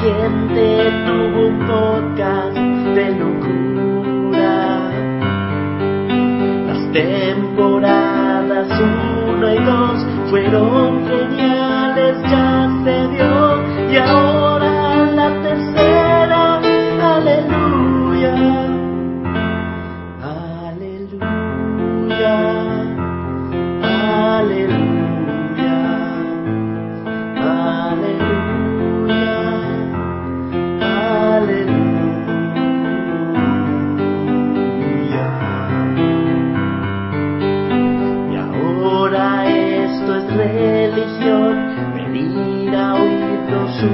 quien te tuvo un podcast de locura. Las temporadas 1 y 2 fueron geniales, ya se dio y ahora la tercera, aleluya. Aleluya, aleluya. Aleluya, aleluya. Y ahora esto es religión, venir a oír los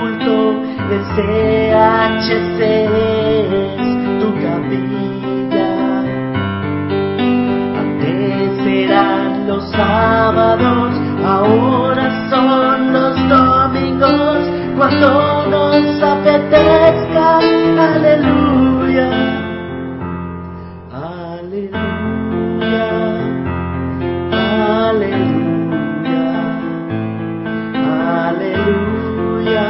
culto del CHC es tu capilla. Antes eran los sábados, ahora son los domingos, cuando nos apetezca, aleluya. Aleluya, aleluya,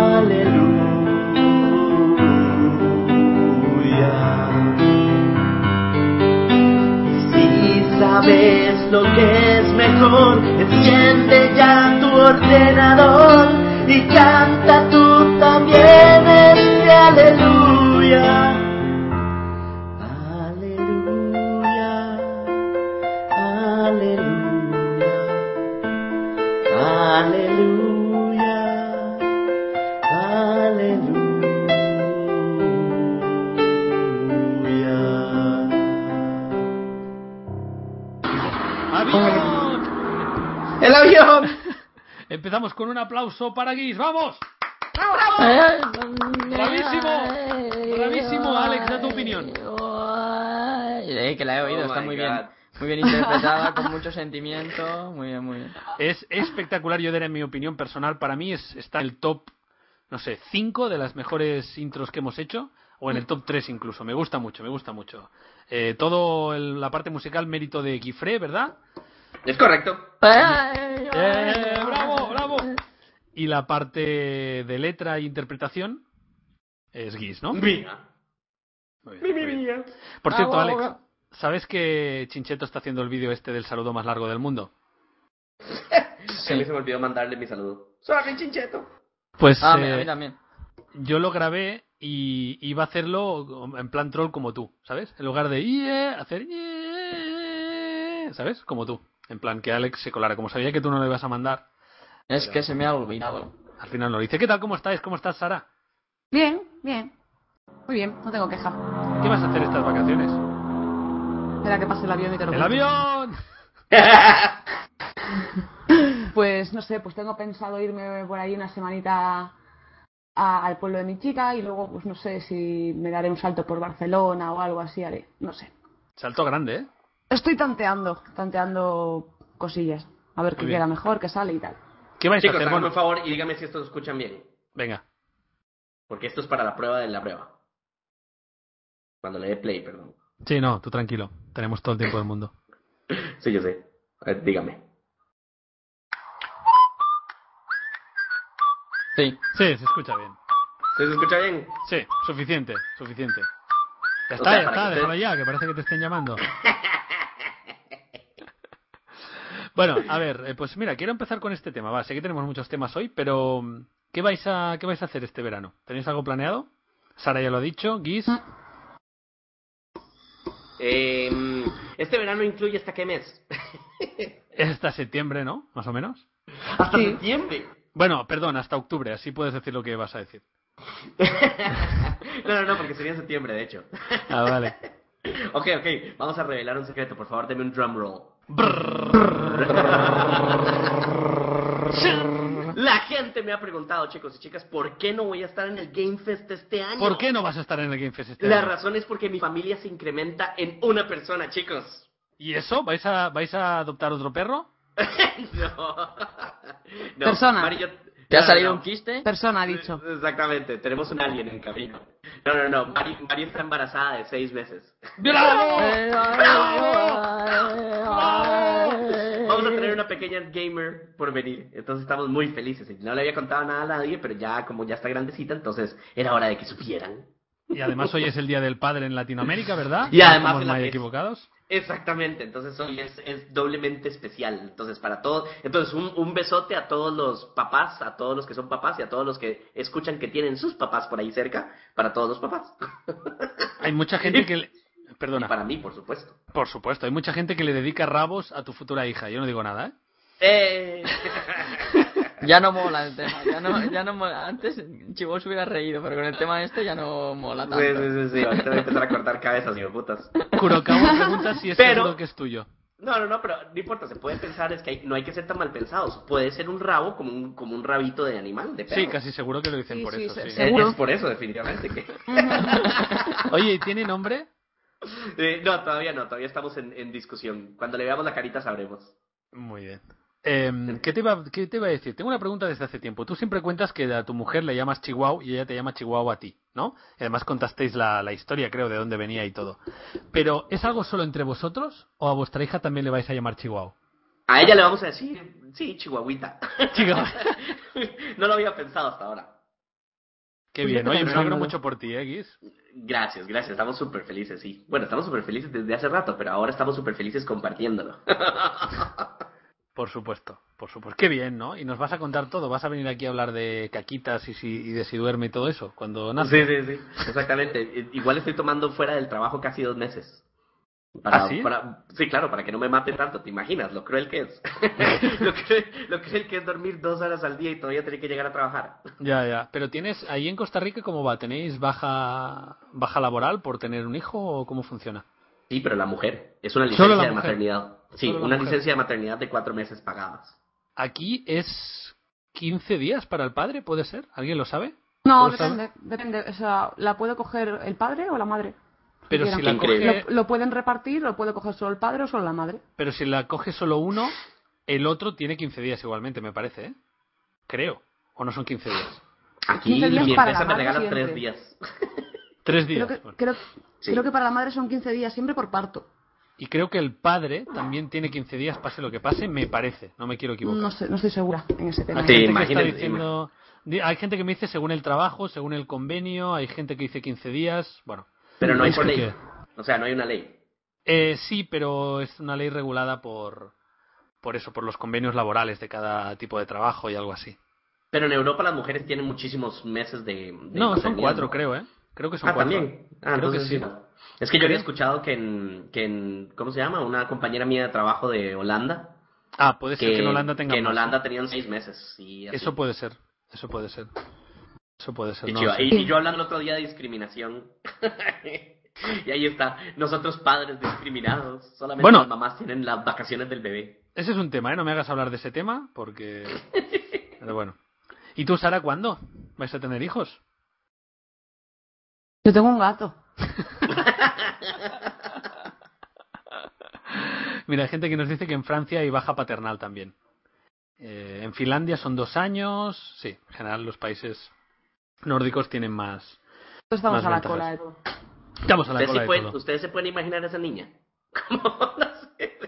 aleluya, aleluya. Si sabes lo que es mejor, enciende ya tu ordenador y canta tú también este aleluya. Aleluya, aleluya, aleluya, aleluya. ¡Avión! ¡El avión! Empezamos con un aplauso para Guis. ¡Vamos! Bravísimo, Bravísimo, Alex, da tu opinión. Eh, que la he oído, Oh está my muy God. bien. Muy bien interpretada, con mucho sentimiento. Muy bien, muy bien. Es espectacular. Yo daré mi opinión personal. Para mí es, está en el top, no sé, 5 de las mejores intros que hemos hecho. O en el top 3 incluso. Me gusta mucho, me gusta mucho. Eh, todo el- la parte musical, mérito de Guifré, ¿verdad? Es correcto. ¡Eh, bravo, bravo! Y la parte de letra e interpretación es Guis, ¿no? Mira. Muy bien, muy bien. Por Bravo, cierto, Alex, bravo. ¿sabes que Chincheto está haciendo el vídeo este del saludo más largo del mundo? A mí se me olvidó mandarle mi saludo. Suave, chincheto. Pues Ah, a eh, mí también. yo lo grabé y iba a hacerlo en plan troll como tú, ¿sabes? En lugar de "Ie", hacer "Ie", ¿sabes? Como tú. En plan que Alex se colara. Como sabía que tú no lo ibas a mandar, Es que se me ha olvidado. al final lo hice. ¿Qué tal? ¿Cómo estáis? ¿Cómo estás, Sara? Bien, bien. Muy bien, no tengo queja. ¿Qué vas a hacer estas vacaciones? Espera que pase el avión y te lo ¡El cuento. avión! Pues no sé, pues tengo pensado irme por ahí una semanita a- al pueblo de mi chica y luego, pues no sé si me daré un salto por Barcelona o algo así, haré. No sé. Salto grande, ¿eh? Estoy tanteando, tanteando cosillas. A ver qué Muy bien. queda mejor, qué sale y tal. ¿Qué vais a Chicos, hacer? Bueno, háganme un favor y díganme si esto lo escuchan bien. venga. Porque esto es para la prueba de la prueba. Cuando le dé play, perdón. Sí, no, tú tranquilo. Tenemos todo el tiempo del mundo. Sí, yo sé. A ver, dígame. Sí. Sí, se escucha bien. ¿Sí ¿Se escucha bien? Sí, suficiente, suficiente. Ya O está, sea, ya para está, que déjalo te- ya, que parece que te estén llamando. Bueno, a ver, eh, pues mira, quiero empezar con este tema. Va, sé que tenemos muchos temas hoy, pero mm, ¿qué vais a, qué vais a hacer este verano? ¿Tenéis algo planeado? Sara ya lo ha dicho, Guis. Eh, este verano incluye hasta qué mes? Es hasta septiembre, ¿no? Más o menos. hasta Sí. septiembre. Bueno, perdón, hasta octubre, así puedes decir lo que vas a decir. no, no, no, porque sería en septiembre, de hecho. Ah, vale. Ok, ok. Vamos a revelar un secreto. Por favor, deme un drum roll. La gente me ha preguntado, chicos y chicas, ¿por qué no voy a estar en el Game Fest este año? ¿Por qué no vas a estar en el Game Fest este La año? razón es porque mi familia se incrementa en una persona, chicos. ¿Y eso? ¿Vais a, vais a adoptar otro perro? no. No, Persona. Mari, yo- ¿Te ha no, salido no, un quiste? Persona ha dicho. Exactamente, tenemos un alien en camino. No, no, no, Mari, Mari está embarazada de seis Eh, meses. ¡Bravo! Vamos a tener tener una pequeña gamer por venir. Entonces estamos muy felices. No le había contado nada a nadie, pero ya como ya está grandecita, entonces era hora de que supieran. Y además hoy es el Día del Padre en Latinoamérica, ¿verdad? Y además No estamos en la mal que- equivocados. Exactamente, entonces hoy es, es doblemente especial. Entonces, para todos, entonces un, un besote a todos los papás, a todos los que son papás y a todos los que escuchan que tienen sus papás por ahí cerca, para todos los papás. Hay mucha gente que... le- Y Perdona. para mí, por supuesto. Por supuesto, hay mucha gente que le dedica rabos a tu futura hija. Yo no digo nada, ¿eh? ¡Eh! Ya no mola el tema, ya no, ya no mola. Antes Chibos hubiera reído, pero con el tema este ya no mola tanto. Pues, Sí, sí, sí, sí, ahorita voy a empezar a cortar cabezas, hijo de putas. Kurokawa pregunta si es Pero- seguro que es tuyo. No, no, no, pero no importa, se puede pensar, es que hay- no hay que ser tan mal pensados. Puede ser un rabo como un, como un rabito de animal, de perro. Sí, casi seguro que lo dicen Sí, por sí, eso. se- sí. se- Es, Seguro. es por eso, definitivamente. Que... Pues Oye, ¿y tiene nombre? Eh, no, todavía no, todavía estamos en, en discusión. Cuando le veamos la carita sabremos. Muy bien. Em, ¿qué, te iba, qué te iba a decir? Tengo una pregunta desde hace tiempo. Tú siempre cuentas que a tu mujer le llamas Chihuahua y ella te llama Chihuahua a ti, ¿no? Y además contasteis la, la historia, creo, de dónde venía y todo. Pero, ¿es algo solo entre vosotros o a vuestra hija también le vais a llamar Chihuahua? A ella le vamos a decir, sí, chihuahuita. Chihuahua. no lo había pensado hasta ahora. Qué bien. Oye, me alegro Pensándolo. mucho por ti, ¿eh, Guis? Gracias, gracias, estamos súper felices, sí. Bueno, estamos súper felices desde hace rato, pero ahora estamos súper felices compartiéndolo. Por supuesto, por supuesto. Qué bien, ¿no? Y nos vas a contar todo. Vas a venir aquí a hablar de caquitas y, si, y de si duerme y todo eso cuando nace. Sí, sí, sí. Exactamente. I- Igual estoy tomando fuera del trabajo casi dos meses. ¿Ah, sí? para- sí, claro, para que no me mate tanto, ¿te imaginas? Lo cruel que es. lo, cruel, lo cruel que es dormir dos horas al día y todavía tener que llegar a trabajar. Ya, ya. Pero tienes ahí en Costa Rica cómo va. Tenéis baja baja laboral por tener un hijo o cómo funciona. Sí, pero la mujer. Es una Solo licencia la de mujer. maternidad. Sí, Solo la una mujer. licencia de maternidad de cuatro meses pagadas. Aquí es 15 días para el padre, puede ser. ¿Alguien lo sabe? No, Pues, ¿sabes? depende, depende. O sea, ¿la puede coger el padre o la madre? Pero si Quieran. la Qué coge, Lo, lo pueden repartir, lo puede coger solo el padre o solo la madre. pero si la coge solo uno, el otro tiene 15 días igualmente, me parece, ¿eh? Creo. O no son 15 días. Aquí 15 mi días para la empresa me madre regala tres siempre. días. Tres Creo días. que, bueno. creo, Sí. creo que para la madre son 15 días siempre por parto. Y creo que el padre también tiene 15 días, pase lo que pase, me parece. No me quiero equivocar. No, sé, no estoy segura en ese tema. ¿eh? Hay Sí, gente, que está imagínate, diciendo- di- hay gente que me dice según el trabajo, según el convenio, hay gente que dice 15 días. Bueno, Pero no hay Eso por que- ley. O sea, no hay una ley. eh, sí, pero es una ley regulada por, por eso, por los convenios laborales de cada tipo de trabajo y algo así. Pero en Europa las mujeres tienen muchísimos meses de. de No, son maternidad, cuatro, ¿no? creo, ¿eh? Creo que son ah, cuatro. también. Ah, Creo que entonces sí. no. Es que yo había escuchado que en, que en, ¿cómo se llama? Una compañera mía de trabajo de Holanda. Ah, puede ser que, en Holanda tenga que en más, ¿eh? Holanda tenían seis meses. Y así. Eso puede ser, eso puede ser. Eso puede ser. Y no chiva- lo sé. y- y yo hablando el otro día de discriminación. y ahí está, nosotros padres discriminados. Solamente Bueno. las mamás tienen las vacaciones del bebé. Ese es un tema, ¿eh? No me hagas hablar de ese tema porque... Pero bueno. ¿Y tú, Sara, cuándo vais a tener hijos? Yo tengo un gato. Mira, hay gente que nos dice que en Francia hay baja paternal también. Eh, en Finlandia son dos años. Sí, en general los países nórdicos tienen más. Entonces estamos Más a la ventajas. cola de todo. Estamos a la ¿Ustedes, cola sí de pueden, todo. ustedes se pueden imaginar a esa niña. ¿Cómo? No sé.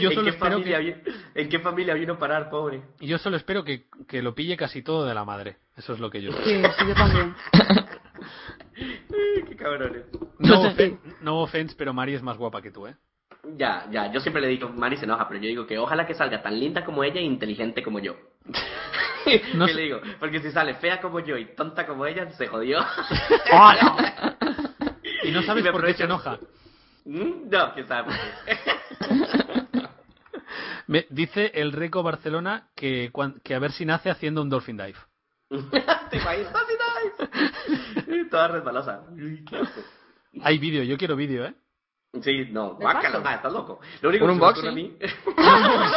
Yo ¿En, solo qué espero familia vi- ¿En qué familia vino a parar, pobre? Y yo solo espero que, que lo pille casi todo de la madre. Eso es lo que yo. ¿eh? Sí, sí, yo también. Ay, qué cabrones. No, Sí. ofen- no offense, pero Mari es más guapa que tú, ¿eh? Ya, ya, yo siempre le digo, Mari se enoja, pero yo digo que ojalá que salga tan linda como ella e inteligente como yo. No ¿Qué sé. le digo? Porque si sale fea como yo y tonta como ella, se jodió. Y no sabes me por qué se aprovecho. enoja. Mm, No, que sabe. Me dice el Reco Barcelona que, cuan- que a ver si nace haciendo un dolphin dive. Te imaginas, ¡Ah, sí, nice! Toda resbalosa. Uy, qué asco. Hay vídeo, yo quiero vídeo, ¿eh? Sí, no, ¿De guácala, paso? ah, estás loco. Lo único ¿Un que se me ocurre a unboxing? mí...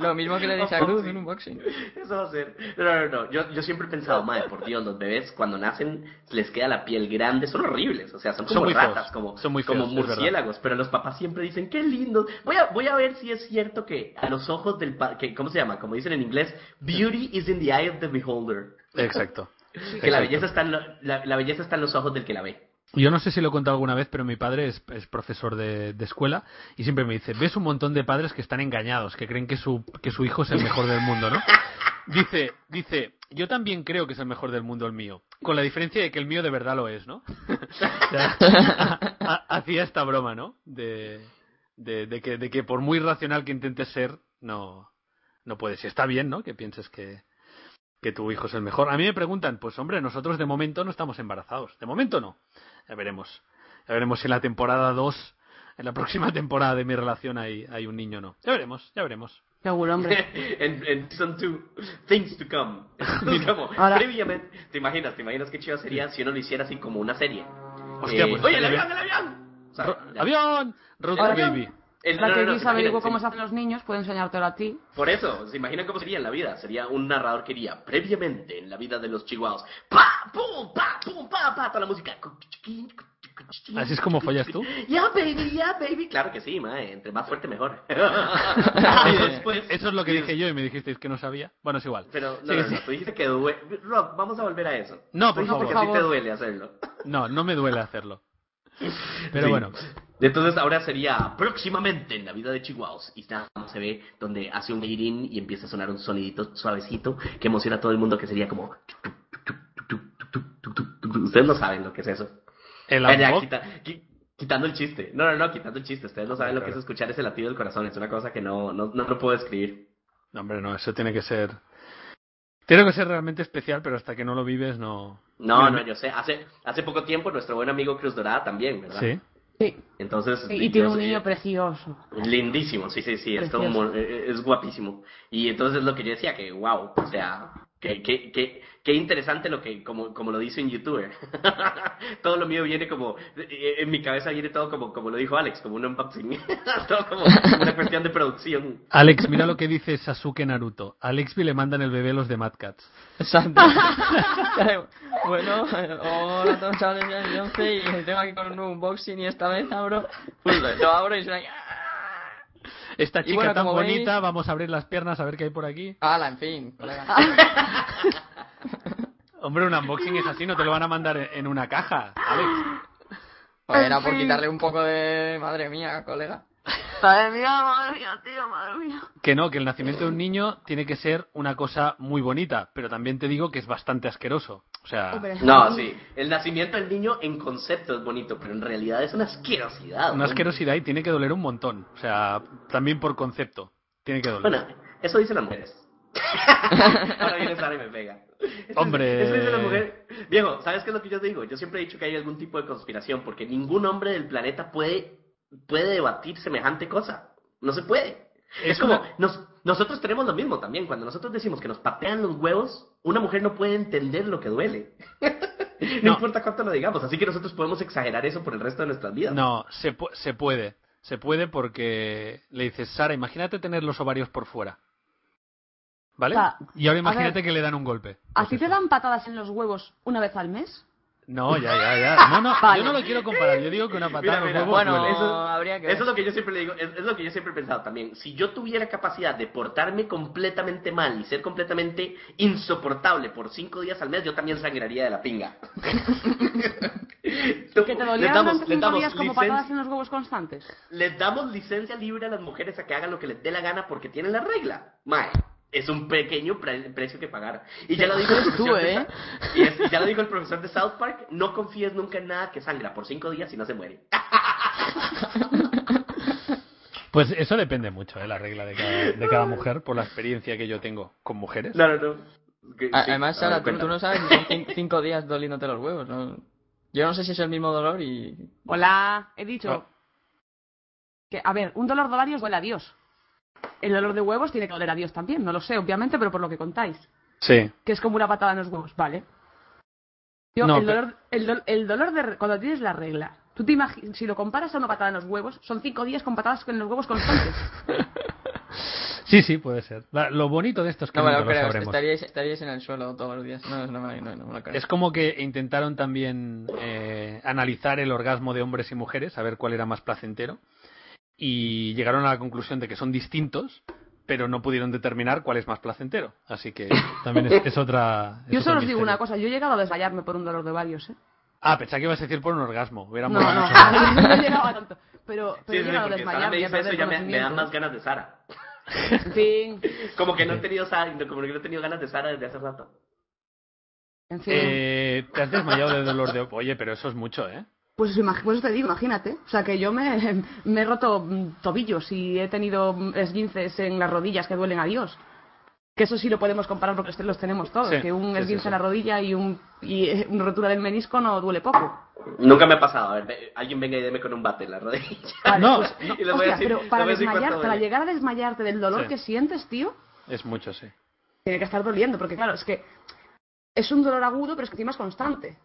Lo mismo que le dice a Cruz en un boxing. Eso va a ser. No, no, no. Yo, yo siempre he pensado, madre, por Dios, los bebés cuando nacen les queda la piel grande, son horribles. O sea, son Son como muy feos, ratas, como, son muy como feos, es verdad. murciélagos. Pero los papás siempre dicen, qué lindo. Voy a, voy a ver si es cierto que a los ojos del. pa- que, ¿Cómo se llama? Como dicen en inglés, beauty is in the eye of the beholder. Exacto. Que la Exacto. belleza, está en lo- la, la belleza está en los ojos del que la ve. Yo no sé si lo he contado alguna vez, pero mi padre es, es profesor de, de escuela y siempre me dice, ves un montón de padres que están engañados, que creen que su, que su hijo es el mejor del mundo, ¿no? Dice, dice, yo también creo que es el mejor del mundo el mío, con la diferencia de que el mío de verdad lo es, ¿no? O sea, ha- ha- hacía esta broma, ¿no? De, de, de que, de que por muy racional que intentes ser, no, no puedes. Y está bien, ¿no? Que pienses que, que tu hijo es el mejor. A mí me preguntan, pues hombre, nosotros de momento no estamos embarazados. De momento no. Ya veremos. Ya veremos si en la temporada 2, en la próxima temporada de mi relación hay, hay un niño o no. Ya veremos, ya veremos. Seguro, hombre. en, en Season 2, Things to Come. Es como, Ahora- previamente, ¿te imaginas? ¿Te imaginas qué chido sería si uno lo hiciera así como una serie? Hostia, Eh, pues ¡Oye, el estaría avión, el avión! O sea, Ro- ya- ¡Avión! Road to Ahora- Baby. el- no, La no, que no, Luis ¿se imaginan? averiguó Se- cómo se hacen los niños, puede enseñártelo a ti. Por eso, ¿se imaginan cómo sería en la vida? Sería un narrador que iría previamente en la vida de los chihuahuas. ¡Pa! ¡Pum! ¡Pa! ¡Pum! ¡Pa! ¡Pa! Toda la música. Así es como follas tú. Ya, baby, ya, baby. Claro que sí, mae. Entre más fuerte, mejor. Y Ah, después- Eso es lo que y dije yo y me dijisteis que no sabía. Bueno, es igual. Pero no, Sí, no, sí. no, tú dijiste que duele. Rob, vamos a volver a eso. No, Tú por dijiste favor. que a ti te Por favor. duele hacerlo. No, no me duele hacerlo. Pero Sí. bueno, Entonces ahora sería próximamente en la vida de Chihuahuas. Y nada, más se ve donde hace un girín y empieza a sonar un sonidito suavecito que emociona a todo el mundo que sería como... Ustedes no saben lo que es eso. el Ah, ya, unbox- quita- qui- quitando el chiste. No, no, no, quitando el chiste. Ustedes no saben lo que es Claro. escuchar ese latido del corazón. Es una cosa que no, no, no lo puedo describir. No, hombre, no, eso tiene que ser. Tiene que ser realmente especial, pero hasta que no lo vives, no. No, no, yo sé. Hace, hace poco tiempo nuestro buen amigo Cruz Dorada también, ¿verdad? Sí. Sí. Entonces, Y, y tiene yo un sé- niño precioso. Lindísimo, sí, sí, sí, es, todo Precioso. mo- eh, es guapísimo. Y entonces lo que yo decía, que wow, o sea, que, que, que, que interesante lo que, como, como lo dice un youtuber. todo lo mío viene como, eh, en mi cabeza viene todo como, como lo dijo Alex, como un unboxing. todo como una cuestión de producción. Alex, mira lo que dice Sasuke Naruto. A Alexby le mandan el bebé los de Mad Cats. Exacto. bueno, eh, hola a todos chavales, soy el 11 y tengo aquí con un unboxing y esta vez abro, pues lo abro y suena... ¡ah! Esta Y chica bueno, tan como veis- bonita, vamos a abrir las piernas a ver qué hay por aquí. Hala, en fin, colega. Hombre, un unboxing es así, no te lo van a mandar en una caja, Alex. Joder, Pues Era por quitarle un poco de... Madre mía, colega. Madre mía, madre mía, tío, madre mía. Que no, que el nacimiento de un niño tiene que ser una cosa muy bonita, pero también te digo que es bastante asqueroso. O sea, Hombre. Ah. No, sí, el nacimiento del niño en concepto es bonito, pero en realidad es una asquerosidad. una ¿no? asquerosidad y tiene que doler un montón. O sea, también por concepto. Tiene que doler. Bueno, eso dicen las mujeres. Ahora viene Sara y me pega. Eso- Hombre. Eso dice la mujer. Viejo, ¿sabes qué es lo que yo te digo? Yo siempre he dicho que hay algún tipo de conspiración, porque ningún hombre del planeta puede, puede debatir semejante cosa. No se puede. Es, Es como, una- nos- nosotros tenemos lo mismo también. Cuando nosotros decimos que nos patean los huevos, una mujer no puede entender lo que duele. no, No. importa cuánto lo digamos. Así que nosotros podemos exagerar eso por el resto de nuestras vidas. No, se, pu- se puede. Se puede porque le dices, Sara, imagínate tener los ovarios por fuera. ¿Vale? O sea, y ahora a imagínate ver, que le dan un golpe. ¿A Pues ti te eso. dan patadas en los huevos una vez al mes? No, ya, ya, ya. No, no, Vale. yo no lo quiero comparar. Yo digo que una patada en Mira, los mira, huevos Bueno, duele. Eso- habría que ver. Eso es lo que yo siempre le digo, es, es lo que yo siempre he pensado también. Si yo tuviera capacidad de portarme completamente mal y ser completamente insoportable por cinco días al mes, yo también sangraría de la pinga. ¿Que te dolieran durante cinco días como patadas en los huevos constantes? les damos licencia libre a las mujeres a que hagan lo que les dé la gana porque tienen la regla. Mae, es un pequeño pre- precio que pagar. Y ya lo dijo el Tú, profesor de ¿eh? Sa- y es- y ya lo dijo el profesor de South Park, no confíes nunca en nada que sangra por cinco días y no se muere. Pues eso depende mucho, ¿eh? la regla de cada, de cada mujer, por la experiencia que yo tengo con mujeres. No, no, no. Que- A- sí, Además, a Sara, ver, tú, tú no cuéntame. sabes, son cin- cinco días doliéndote los huevos, ¿no? Yo no sé si es el mismo dolor y... Hola, he dicho. Ah. Que, a ver, un dolor de ovarios huele a Dios. El dolor de huevos tiene que oler a Dios también, no lo sé, obviamente, pero por lo que contáis. Sí. Que es como una patada en los huevos, vale. Yo, No, el, pero- dolor, el, dol- el dolor de. re- Cuando tienes la regla, tú te imaginas. Si lo comparas a una patada en los huevos, son cinco días con patadas en los huevos constantes. Sí, sí, puede ser. La- lo bonito de esto es que No me nunca lo lo creo, sabremos. estaríais, estaríais en el suelo todos los días. No, no, me- no, no me lo creo. Es como que intentaron también eh, analizar el orgasmo de hombres y mujeres, a ver cuál era más placentero, y llegaron a la conclusión de que son distintos, pero no pudieron determinar cuál es más placentero. Así que también es, es otra. es Yo otro solo os digo misterio. una cosa, yo he llegado a desmayarme por un dolor de ovarios, ¿eh? Ah, pensaba que ibas a decir por un orgasmo. Hubiera No, no, molado no, mucho más. no llegaba tanto. Pero, pero Sí, sí, llega a porque Sara desmayar, me ya dice eso perder y ya me, me dan más conocimiento. ganas de Sara. En fin, Como que no he tenido Sara- como que no he tenido ganas de Sara desde hace rato. en fin. Eh, te has desmayado de dolor de... Oye, pero eso es mucho, ¿eh? Pues, imag- pues te digo, imagínate. O sea, que yo me, me he roto mm, tobillos y he tenido mm, esguinces en las rodillas que duelen a Dios. Que eso sí lo podemos comparar porque este- los tenemos todos. Sí, que un sí, esguince sí, sí. en la rodilla y, un, y eh, una rotura del menisco no duele poco. Nunca me ha pasado. A ver, ve- alguien venga y deme con un bate en la rodilla. Vale, No, pues, y le voy hostia, a decir- pero le para voy a decir desmayar, cuánto para duele. llegar a desmayarte del dolor Sí. que sientes, tío, Es mucho, sí. tiene que estar doliendo. Porque claro, es que es un dolor agudo, pero es que encima es constante.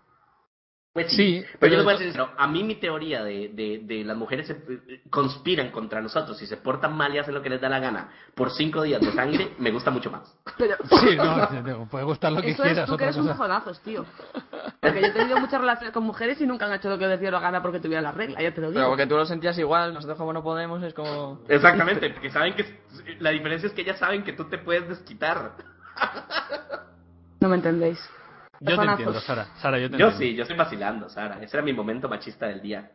Pues Sí, pero pero- yo te voy a decir sincero, a mí mi teoría de, de, de las mujeres se- conspiran contra nosotros y se portan mal y hacen lo que les da la gana por cinco días de sangre, me gusta mucho más. Pero, Sí, no, te- te puede gustar lo que Eso es, quieras. tú que otra eres un cosa. jodazos, tío. Porque yo he tenido muchas relaciones con mujeres y nunca han hecho lo que les dio la gana porque tuvieran la regla, ya te lo Pero digo. porque tú lo sentías igual, nosotros como no podemos, es como... Exactamente, porque saben que la diferencia es que ellas saben que tú te puedes desquitar. No me entendéis. Yo te Personazos. entiendo, Sara. Sara, yo te Yo entiendo. sí, yo estoy vacilando, Sara. Ese era mi momento machista del día.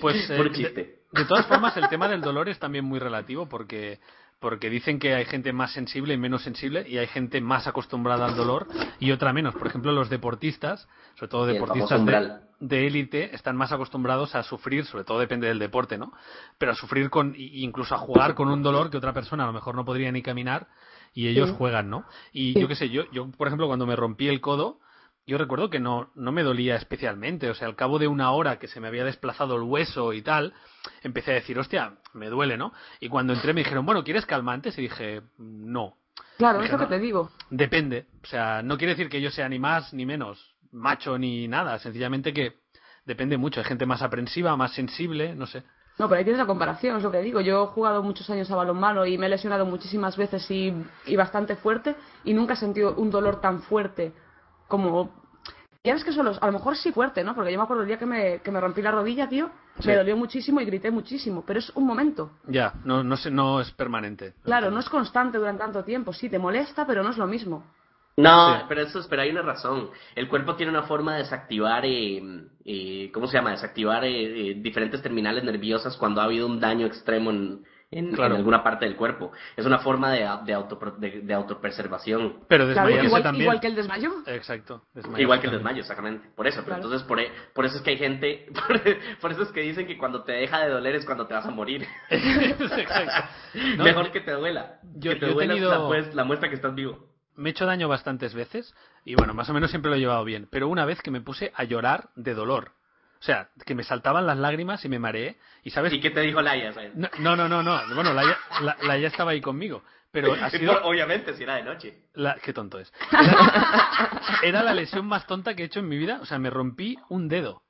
Pues, eh, Por de, chiste. de todas formas, el tema del dolor es también muy relativo porque, porque dicen que hay gente más sensible y menos sensible y hay gente más acostumbrada al dolor y otra menos. Por ejemplo, los deportistas, sobre todo Sí, el deportistas famoso de, umbral. de élite, están más acostumbrados a sufrir, sobre todo depende del deporte, ¿no? Pero a sufrir con, y- incluso a jugar con un dolor que otra persona a lo mejor no podría ni caminar y ellos juegan, ¿no? Y yo qué sé, yo, yo, por ejemplo, cuando me rompí el codo, yo recuerdo que no, no me dolía especialmente. O sea, al cabo de una hora que se me había desplazado el hueso y tal, empecé a decir, hostia, me duele, ¿no? Y cuando entré me dijeron, bueno, ¿quieres calmantes? Y dije, no, Claro, Mira, es lo que no. te digo. depende. O sea, no quiere decir que yo sea ni más ni menos macho ni nada. Sencillamente que depende mucho. Hay gente más aprensiva, más sensible, no sé. No, pero ahí tienes la comparación, es lo que digo. Yo he jugado muchos años a balonmano y me he lesionado muchísimas veces y, y bastante fuerte y nunca he sentido un dolor tan fuerte como... Ya ves que solo, a lo mejor sí fuerte, ¿no? Porque yo me acuerdo el día que me, que me rompí la rodilla, tío, Sí. me dolió muchísimo y grité muchísimo, pero es un momento. Ya, no, no, sé, no es permanente. Claro, no es constante durante tanto tiempo, sí, te molesta, pero no es lo mismo. No, Sí. pero eso es- pero hay una razón. El cuerpo tiene una forma de desactivar, eh, eh, ¿cómo se llama? Desactivar eh, eh, diferentes terminales nerviosas cuando ha habido un daño extremo en, en- Claro. en alguna parte del cuerpo. Es una forma de, a- de, autopro- de- de autopreservación. Pero Claro, desmayarse igual, también. igual que el desmayo. Exacto. desmayarse Igual que el también. desmayo, exactamente. Por eso, pero Claro. entonces por, e- por eso es que hay gente, por, por eso es que dicen que cuando te deja de doler es cuando te vas a morir. Exacto. No, Mejor que te duela. yo- que te yo he duela es la tenido- pues- la muestra que estás vivo. me he hecho daño bastantes veces y bueno, más o menos siempre lo he llevado bien, pero una vez que me puse a llorar de dolor. O sea, que me saltaban las lágrimas y me mareé y sabes... ¿Y qué te dijo Laia? ¿sabes? No, no, no, no, no. bueno, la, la, la ya estaba ahí conmigo, pero ha Sí, sido... por- obviamente, si era de noche. La- qué tonto es. Era, era la lesión más tonta que he hecho en mi vida. O sea, me rompí un dedo.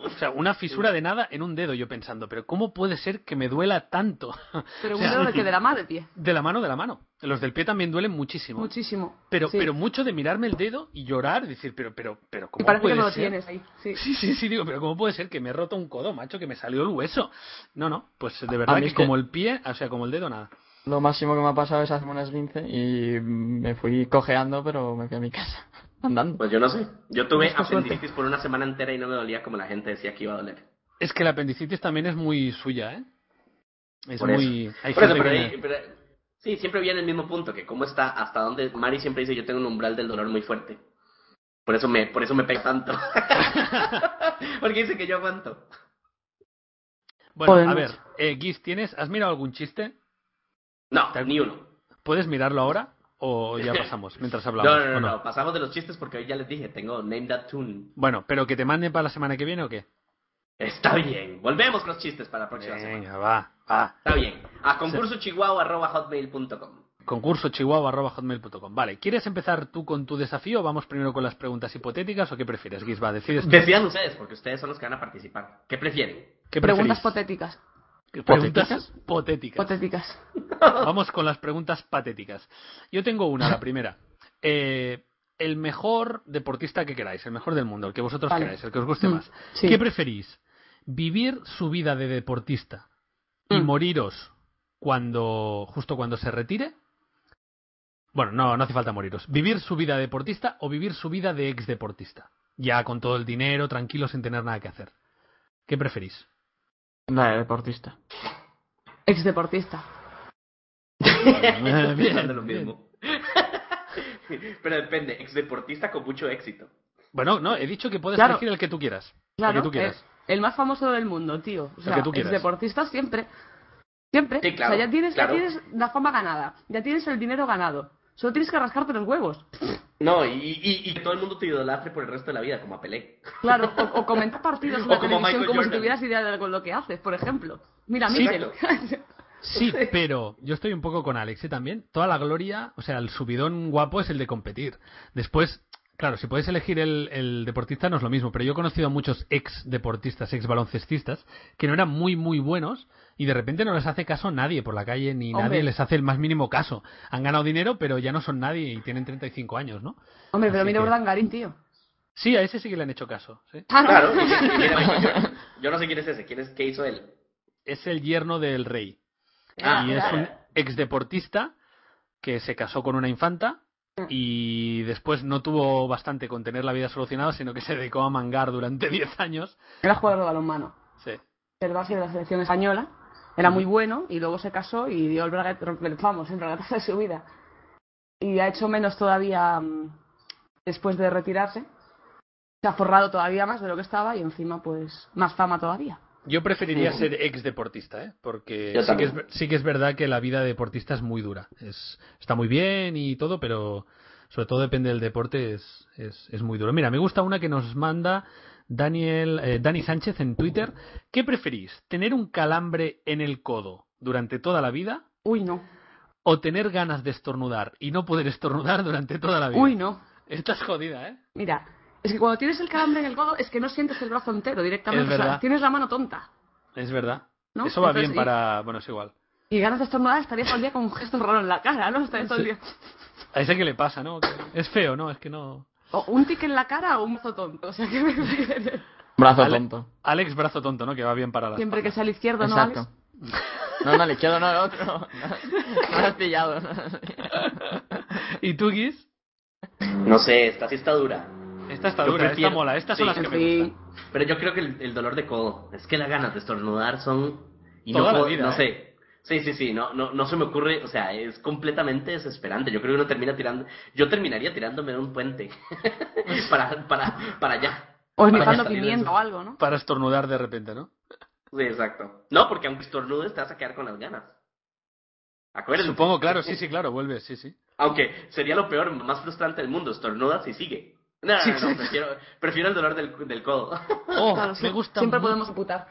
O sea, una fisura de nada en un dedo, yo pensando, pero ¿cómo puede ser que me duela tanto? Pero O un sea, dedo de que de la madre, pie. De la mano, de la mano. Los del pie también duelen muchísimo. Muchísimo. Pero, Sí. pero mucho de mirarme el dedo y llorar, decir, pero, pero, pero, Y ¿cómo parece que puede no lo ser? tienes ahí. Sí. Sí, sí, sí, digo, pero ¿cómo puede ser que me he roto un codo, macho, que me salió el hueso? No, no, pues de A verdad mí este que es que- como el pie, o sea, como el dedo, nada. Lo máximo que me ha pasado es hacerme unas 15 y me fui cojeando, pero me fui a mi casa, andando. Pues yo no sé. Yo tuve Busca suerte. apendicitis por una semana entera y no me dolía como la gente decía que iba a doler. Es que la apendicitis también es muy suya, ¿eh? Es Por eso. muy... Hay Por eso, gente pero, que- ahí- pero- sí, siempre viene el mismo punto, que cómo está, hasta dónde. Mari siempre dice, yo tengo un umbral del dolor muy fuerte. Por eso me, por eso me pega tanto. Porque dice que yo aguanto. Bueno, Joder, a macho. ver, eh, Giz, ¿tienes, ¿has mirado algún chiste? No, Tal- ni uno. ¿Puedes mirarlo ahora o ya pasamos mientras No, hablamos? no, no, ¿o no, pasamos de los chistes porque hoy ya les dije, tengo Name That Tune. Bueno, pero que te manden para la semana que viene o qué? Está bien, volvemos con los chistes para la próxima semana. Ah. Venga, va, va. Está bien, a concursochihuahua.hotmail.com. Concurso chihuahua.hotmail.com. Vale, ¿quieres empezar tú con tu desafío? ¿Vamos primero con las preguntas hipotéticas o qué prefieres, Giz? Va, decides. tú. Decían ustedes, porque ustedes son los que van a participar. ¿Qué prefieren? ¿Qué Preguntas preferís? potéticas. ¿Qué Preguntas potéticas. Potéticas. Vamos con las preguntas patéticas. Yo tengo una, la primera. Eh, el mejor deportista que queráis, el mejor del mundo, el que vosotros Vale. queráis, el que os guste Mm, más. sí. ¿Qué preferís? ¿Vivir su vida de deportista y Mm. moriros cuando justo cuando se retire? Bueno, no, no hace falta moriros. ¿Vivir su vida de deportista o vivir su vida de ex deportista? ya con todo el dinero, tranquilo, sin tener nada que hacer. ¿Qué preferís? Nada, deportista. Ex deportista. Bien, Pensando lo bien. mismo. Pero depende, ex deportista con mucho éxito. Bueno, no, he dicho que puedes Claro. elegir el que tú quieras. Claro, el que tú quieras. eh, el más famoso del mundo, tío. O sea, que tú quieras. deportista siempre. Siempre. Sí, claro, o sea, ya tienes, claro. ya tienes la fama ganada, ya tienes el dinero ganado. Solo tienes que rascarte los huevos. No, y, y, y que todo el mundo te idolatre por el resto de la vida, como a Pelé. Claro, o, o comentar partidos en la O como televisión Michael como si Jordan. tuvieras idea de con lo que haces, por ejemplo. Mira, Sí, Miquel. Sí, pero yo estoy un poco con Alex ¿eh? también. Toda la gloria, o sea, el subidón guapo es el de competir. Después, claro, si puedes elegir el, el deportista no es lo mismo, pero yo he conocido a muchos ex deportistas, ex baloncestistas, que no eran muy, muy buenos y de repente no les hace caso nadie por la calle, ni Hombre. nadie les hace el más mínimo caso. Han ganado dinero, pero ya no son nadie y tienen 35 años, ¿no? Hombre, pero Así mira que- Urdangarín, tío. Sí, a ese sí que le han hecho caso. ¿sí? Ah, no. Claro, y- y mira, Michael Jordan. yo no sé quién es ese, quién es, ¿qué hizo él? Es el yerno del rey. Ah, y es claro. un exdeportista que se casó con una infanta Mm. y después no tuvo bastante con tener la vida solucionada, sino que se dedicó a mangar durante 10 años. Era jugador de balonmano. Sí. El base de la selección española. Era muy bueno y luego se casó y dio el braguetazo, vamos, el braguetazo de su vida. Y ha hecho menos todavía mm, después de retirarse. Se ha forrado todavía más de lo que estaba y encima, pues, más fama todavía. Yo preferiría ser exdeportista, ¿eh? porque Mm. Yo sí que, es, también. ver- sí que es verdad que la vida de deportista es muy dura. Es, está muy bien y todo, pero sobre todo depende del deporte, es, es, es muy duro. Mira, me gusta una que nos manda Daniel, eh, Dani Sánchez en Twitter. ¿Qué preferís? ¿Tener un calambre en el codo durante toda la vida Uy, no. o tener ganas de estornudar y no poder estornudar durante toda la vida. Uy, no. Estás jodida, ¿eh? Mira, es que cuando tienes el calambre en el codo es que no sientes el brazo entero Es directamente. O sea, verdad. tienes la mano tonta. Es verdad. ¿No? Eso va Entonces, bien y- para... Bueno, es igual. Y ganas de estornudar estaría todo el día con un gesto raro en la cara, ¿no? Estaría todo el día... A ese que le pasa, ¿no? Que- Es feo, ¿no? Es que no... O un tic en la cara o un brazo tonto. O sea, que me- Brazo Ale- tonto. Alex brazo tonto, ¿no? Que va bien para la Siempre que sea al izquierdo, ¿no? Exacto. Alex? No, no, al izquierdo, no, al otro. No, no lo has pillado. no. espalda. ¿Y tú, Guis? No sé, esta sí está dura. Esta está Yo dura, prefiero- esta mola. Estas son Sí, las que en me fin. gustan. Pero yo creo que el, el dolor de codo, es que las ganas de estornudar son... Y Toda la no, puedo- vida, no ¿eh? sé. Sí, sí, sí, no, no, no se me ocurre, o sea, es completamente desesperante. Yo creo que uno termina tirando, yo terminaría tirándome de un puente para, para, para allá. O Para esnifando salir de pimienta eso. o algo, ¿no? Para estornudar de repente, ¿no? Sí, exacto. No, porque aunque estornudes te vas a quedar con las ganas. Acuérdense. Supongo, claro. Sí, sí, claro. Vuelve, sí, sí. Aunque sería lo peor, más frustrante del mundo, estornudas y sigue. No, no, no, prefiero, prefiero el dolor del, del codo. Oh, Claro, me sí. gusta Siempre mu- podemos imputar.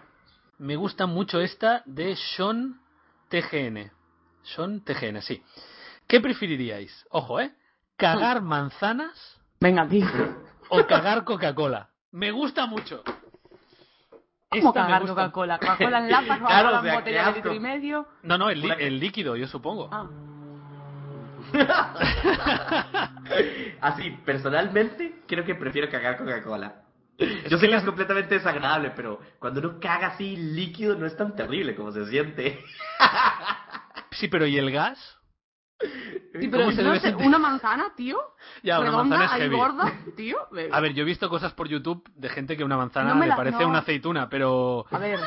Me gusta mucho esta de Sean TGN. Sean TGN, sí. ¿Qué preferiríais? Ojo, ¿eh? ¿Cagar manzanas Venga, tío. Este o cagar Coca-Cola? Me gusta mucho. Esta ¿Cómo me cagar gusta. Coca-Cola? Coca-Cola en latas, Coca-Cola Claro, o sea, en qué botella de asco. litro y medio. No, no, el, li- el líquido, yo supongo. Ah. Así, personalmente, creo que prefiero cagar Coca-Cola. Yo sé que que la- es completamente desagradable, pero cuando uno caga así líquido no es tan terrible como se siente. Sí, pero ¿y el gas? Sí, pero ¿Cómo se no debe sé, sentir? una manzana, tío. Ya, una redonda, manzana es ahí heavy. gorda, tío. me- A ver, yo he visto cosas por YouTube de gente que una manzana No me le la- parece no. una aceituna, pero... A ver.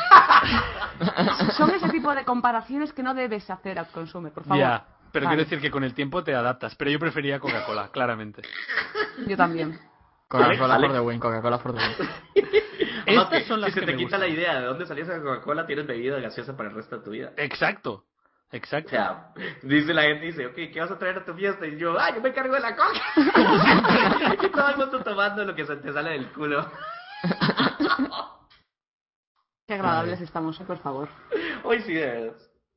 Son ese tipo de comparaciones que no debes hacer al consume, por favor. Ya, pero Vale, quiero decir que con el tiempo te adaptas. Pero yo prefería Coca-Cola, claramente. Yo también. Coca-Cola Alex. for the win, Coca-Cola for the win. Además Estas que son las si que se te me quita gustan. la idea de dónde salía esa Coca-Cola, tienes bebida gaseosa para el resto de tu vida. Exacto, O exacto. sea, dice la gente, dice, ok, ¿qué vas a traer a tu fiesta? Y yo, ah, yo me cargo de la coca. y todo el mundo tomando lo que se te sale del culo. Qué agradables estamos, eh, por favor. Hoy sí, de verdad.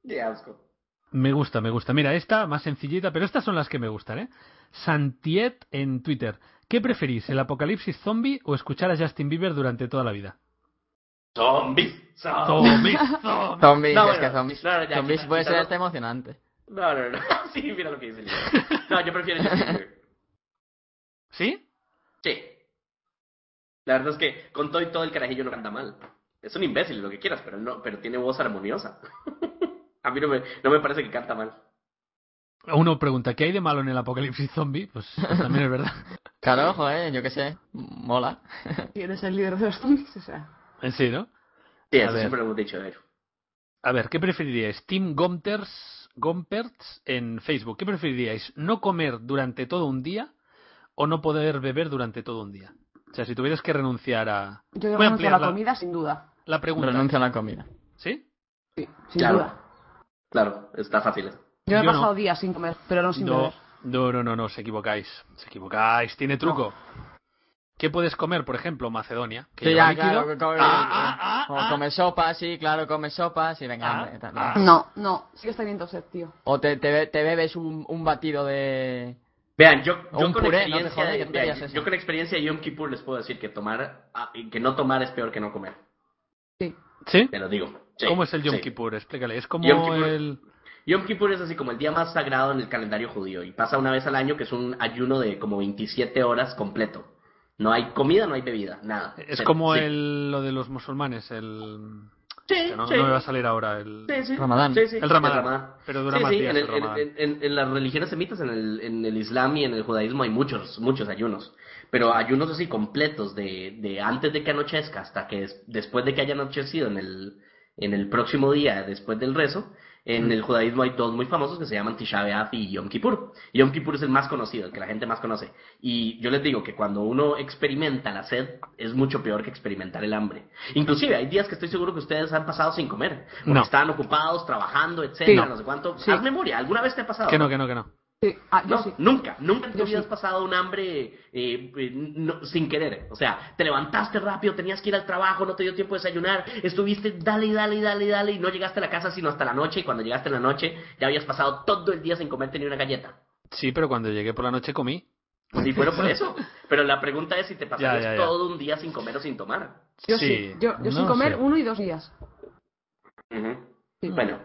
Qué asco. Me gusta, me gusta. Mira, esta más sencillita, pero estas son las que me gustan, ¿eh? Santiet en Twitter. ¿Qué preferís, el apocalipsis zombie o escuchar a Justin Bieber durante toda la vida? Zombies, zombies. Zombie, zombie. Zombies, No, es que bueno, zombies. claro, ya, zombies quita- puede ser quítalo. hasta emocionante. No, no, no. Sí, mira lo que dice el libro. No, yo prefiero el Tinder. ¿Sí? Sí. La verdad es que con todo y todo el carajillo no canta mal. Es un imbécil, lo que quieras, pero no, pero tiene voz armoniosa. A mí no me, no me parece que canta mal. Uno pregunta, ¿qué hay de malo en el apocalipsis zombie? Pues, pues también es verdad. Claro, joder, yo qué sé. Mola. Y eres el líder de los zombies, o sea. En sí, ¿no? Sí, A eso ver. siempre lo hemos dicho, a ver. A ver, ¿qué preferiríais? Team Gompers, Gomperts en Facebook. ¿Qué preferiríais? ¿No comer durante todo un día o no poder beber durante todo un día? O sea, si tuvieras que renunciar a... Yo Voy a renuncio a ampliar la la, comida sin duda. la pregunta. Renuncia a la comida. ¿Sí? Sí, sin Claro. duda. Claro, está fácil. Yo me Yo he pasado no. días sin comer, pero no sin No, beber. no, no, no, no, se equivocáis. Se equivocáis. Tiene truco. ¿Qué puedes comer, por ejemplo, Macedonia? Que Sí, lleva ya, líquido. claro. que Come, Ah, ah, o ah, come sopa, sí, claro, come sopa, sí, venga, Ah, hombre, tal. ah. No, no, sí que está bien sed, tío. O te, te, be- te bebes un, un batido de... Vean, yo, O yo un con puré, no te experiencia, jodas, que de- tú vean, querías eso. yo con experiencia de Yom Kippur les puedo decir que tomar, ah, que no tomar es peor que no comer. Sí. ¿Sí? Te lo digo. Sí, ¿Cómo es el Yom sí. Kippur? Explícale. Es como Yom Kippur- el... Yom Kippur es así como el día más sagrado en el calendario judío y pasa una vez al año que es un ayuno de como 27 horas completo. No hay comida, no hay bebida, nada. Es Cero. como Sí. el, lo de los musulmanes, el... Sí, que no, sí. no me va a salir ahora el... Sí, sí. Ramadán. Sí, sí. El Ramadán. Pero dura Sí, más sí, días En, el el- Ramadán. en- en- en las religiones semitas, en el, en el Islam y en el judaísmo hay muchos, muchos ayunos. Pero ayunos así completos, de, de antes de que anochezca hasta que des- después de que haya anochecido en el, en el próximo día, después del rezo. En el judaísmo hay dos muy famosos que se llaman Tisha B'Av y Yom Kippur. Yom Kippur es el más conocido, el que la gente más conoce. Y yo les digo que cuando uno experimenta la sed, es mucho peor que experimentar el hambre. Inclusive hay días que estoy seguro que ustedes han pasado sin comer. Porque No. estaban ocupados, trabajando, etcétera, Sí. no sé cuánto. Sí. Haz memoria, ¿alguna vez te ha pasado? Que no, que no, que no. Sí, ah, yo No, sí. nunca, nunca en tu Yo vida sí. has pasado un hambre eh, eh, no- sin querer. O sea, te levantaste rápido, tenías que ir al trabajo, no te dio tiempo de desayunar, estuviste dale, y dale, y dale, y dale, y no llegaste a la casa sino hasta la noche. Y cuando llegaste a la noche, ya habías pasado todo el día sin comerte ni una galleta. Sí, pero cuando llegué por la noche comí. Y fueron por eso. Pero la pregunta es si te pasarías Ya, ya, ya. todo un día sin comer o sin tomar. Yo sí. Yo, yo sin no comer sé. uno y dos días. Ujú. Sí. Bueno,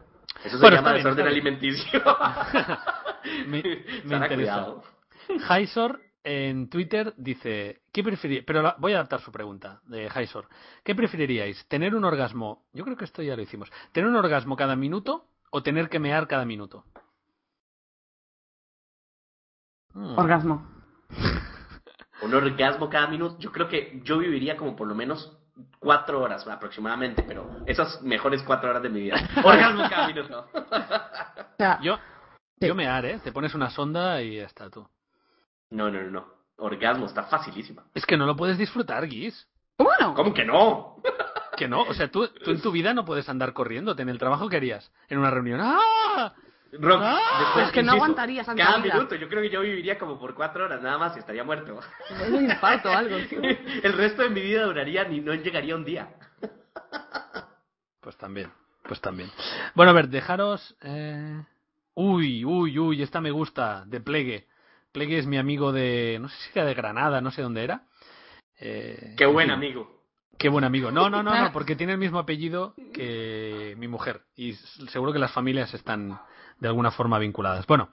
eso se Bueno, está llama bien, está desorden bien. alimenticio. Me, me Sara, interesa. cuidado. Haisor en Twitter dice, ¿qué preferiríais? Pero la- voy a adaptar su pregunta de Haisor. ¿Qué preferiríais? ¿Tener un orgasmo? Yo creo que esto ya lo hicimos. ¿Tener un orgasmo cada minuto o tener que mear cada minuto? Mm. Orgasmo. un orgasmo cada minuto. Yo creo que yo viviría como por lo menos cuatro horas aproximadamente, pero esas mejores cuatro horas de mi vida. Orgasmo cada minuto. O sea, Yo, Sí. yo mear, ¿eh? Te pones una sonda y ya está tú. No, no, no, no. Orgasmo está facilísima. Es que no lo puedes disfrutar, Guis. ¿cómo no? ¿Cómo que no? Que no, o sea, tú, tú en tu vida no puedes andar corriéndote en el trabajo que harías. En una reunión. ¡Ah! Rock, Ah, después, es que no insisto, aguantarías tanta Cada vida. minuto, yo creo que yo viviría como por cuatro horas nada más y estaría muerto. Es un infarto o algo, tío. El resto de mi vida duraría ni no llegaría un día. Pues también, pues también. Bueno, a ver, dejaros. eh, Uy, uy, uy, esta me gusta, de Plegue. Plegue es mi amigo de. No sé si era de Granada, no sé dónde era. Eh, Qué en buen fin, amigo. Qué buen amigo. No, no, no, no, porque tiene el mismo apellido que mi mujer. Y s- seguro que las familias están de alguna forma vinculadas. Bueno,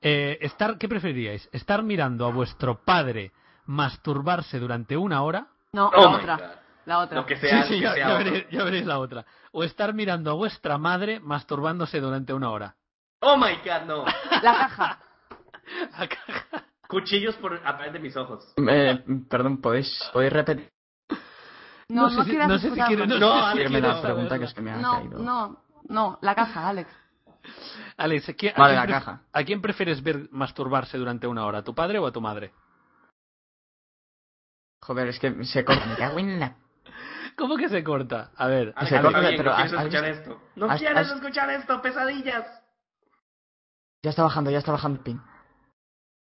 eh, estar, ¿qué preferiríais? ¿Estar mirando a vuestro padre masturbarse durante una hora? No, Oh la my otra. God. La otra. Lo que sea, Sí, sí, que ya, sea ya otro. veréis, ya veréis la otra. O estar mirando a vuestra madre masturbándose durante una hora. Oh my god, no. La caja. Cuchillos por a través de mis ojos. Eh, perdón, ¿podéis, ¿podéis repetir No, no, sé si, quieras no sé si escucharlo. quiero- no, No, sé si Ale, quiero me la quiero pregunta saberlo. que se me ha No, caído? no, no, la caja, Alex. Alex, ¿a quién, a Vale, quién la pref- caja. ¿a quién prefieres ver masturbarse durante una hora? ¿A tu padre o a tu madre? Joder, es que se corta. Me cago en la... ¿Cómo que se corta? A ver, Alex, Se está corta, bien, pero no has- quieres has escuchar visto- esto. No has- quieres has- escuchar esto, pesadillas. Ya está bajando, ya está bajando el pin.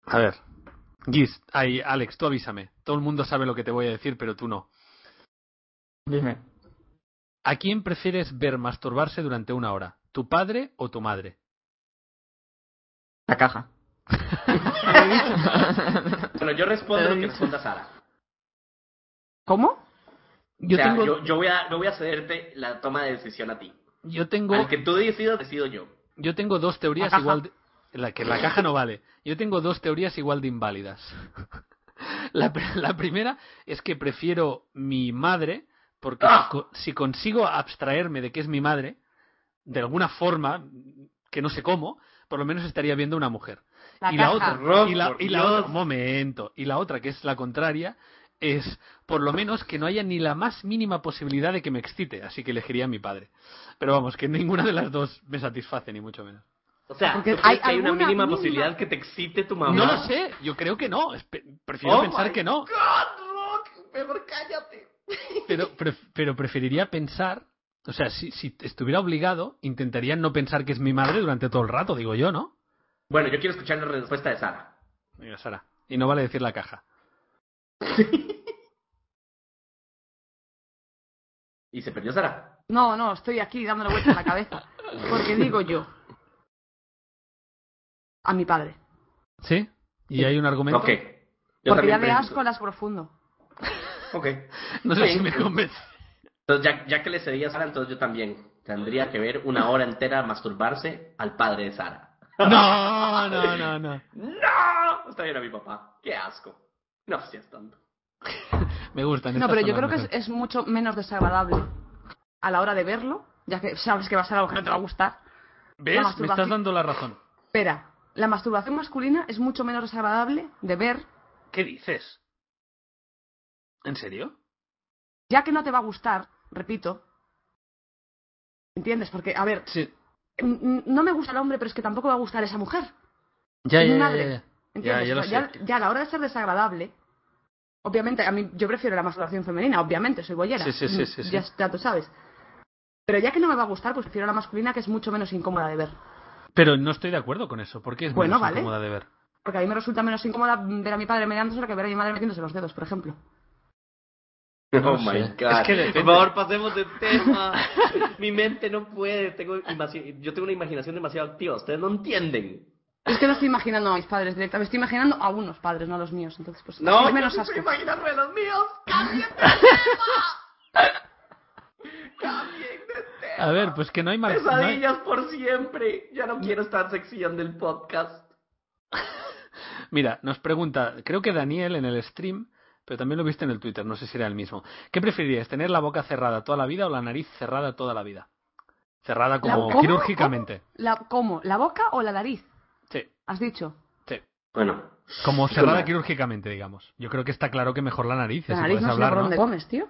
a ver. Guis, ay, Alex, tú avísame. Todo el mundo sabe lo que te voy a decir, pero tú no. Dime. ¿A quién prefieres ver masturbarse durante una hora? ¿Tu padre o tu madre? La caja. Bueno, yo respondo lo que Ay. responda Sara. ¿Cómo? Yo o sea, tengo, yo, yo voy a, yo voy a cederte la toma de decisión a ti. yo tengo, Al que tú decidas, decido yo. yo tengo dos teorías La caja. igual de, la que la caja no vale. Yo tengo dos teorías igual de inválidas. La, pr- la primera es que prefiero mi madre porque Ah. si co- si consigo abstraerme de que es mi madre de alguna forma que no sé cómo, por lo menos estaría viendo una mujer. La y caja. la otra, Ross, y la, por y la Dios. otra, un momento, y la otra que es la contraria es por lo menos que no haya ni la más mínima posibilidad de que me excite, así que elegiría a mi padre. Pero vamos, que ninguna de las dos me satisface ni mucho menos. O sea, Porque ¿tú crees hay que hay una alguna mínima, mínima- posibilidad que te excite tu mamá? No lo sé, yo creo que no, espe- prefiero Oh pensar my que no, God, ¡Ah, Rock, mejor cállate. pero pref- pero preferiría pensar, o sea, si, si estuviera obligado, intentaría no pensar que es mi madre durante todo el rato, digo yo, ¿no? Bueno, yo quiero escuchar la respuesta de Sara. Mira, Sara, y no vale decir la caja. Y se perdió Sara. No, no, estoy aquí dándole vuelta a la cabeza. Porque digo yo. A mi padre. ¿Sí? ¿Y hay un argumento? Ok. Yo Porque ya también me pre- das con las profundo. Ok. No sé Sí. si me convence. Entonces, ya, ya que le cedí a Sara, entonces yo también tendría que ver una hora entera masturbarse al padre de Sara. No, no, no, no. ¡No! Está bien a mi papá. ¡Qué asco! No seas tanto. Me gustan. No, estas pero son yo las creo que es, mejores. es mucho menos desagradable a la hora de verlo, ya que sabes que va a ser algo que no te va a gustar. la ¿Ves? Me masturbación- estás dando la razón. Espera, la masturbación masculina es mucho menos desagradable de ver, ¿Qué dices? ¿En serio? ya que no te va a gustar, repito. ¿Entiendes? Porque, a ver, Sí. n- n- no me gusta el hombre, pero es que tampoco va a gustar esa mujer. Ya, Mi ya, ya, madre. ya, ya. ¿Entiendes? Ya, ya lo O sea, sé. ya a la hora de ser desagradable, obviamente, a mí yo prefiero la masturbación femenina, obviamente, soy bollera. Sí, sí, sí, sí, sí. Ya, ya tú sabes. Pero ya que no me va a gustar, pues prefiero la masculina, que es mucho menos incómoda de ver. Pero no estoy de acuerdo con eso, porque es Bueno, menos vale. incómoda de ver. Porque a mí me resulta menos incómoda ver a mi padre mediándose que ver a mi madre metiéndose los dedos, por ejemplo. No oh my sé. god. Es que depende. Por favor, pasemos de tema. Mi mente no puede. Tengo imagi- yo tengo una imaginación demasiado activa. Ustedes no entienden. Es que no estoy imaginando a mis padres directamente, estoy imaginando a unos padres, no a los míos. Entonces, pues No, es menos yo asco. siempre imaginarme a los míos. ¡Cambien de tema! ¡Cambien de tema! A ver, pues que no hay mar- no hay- Pesadillas por siempre. Ya no quiero estar sección del podcast. Mira, nos pregunta, creo que Daniel en el stream, pero también lo viste en el Twitter, no sé si era el mismo. ¿Qué preferirías, tener la boca cerrada toda la vida o la nariz cerrada toda la vida? Cerrada como ¿cómo? quirúrgicamente. La, ¿Cómo? ¿La boca o la nariz? Sí, Has dicho. sí. Bueno, Como cerrada Toma. quirúrgicamente, digamos. Yo creo que está claro que mejor la nariz. La así nariz puedes no sé hablar, por ¿no? dónde comes, tío.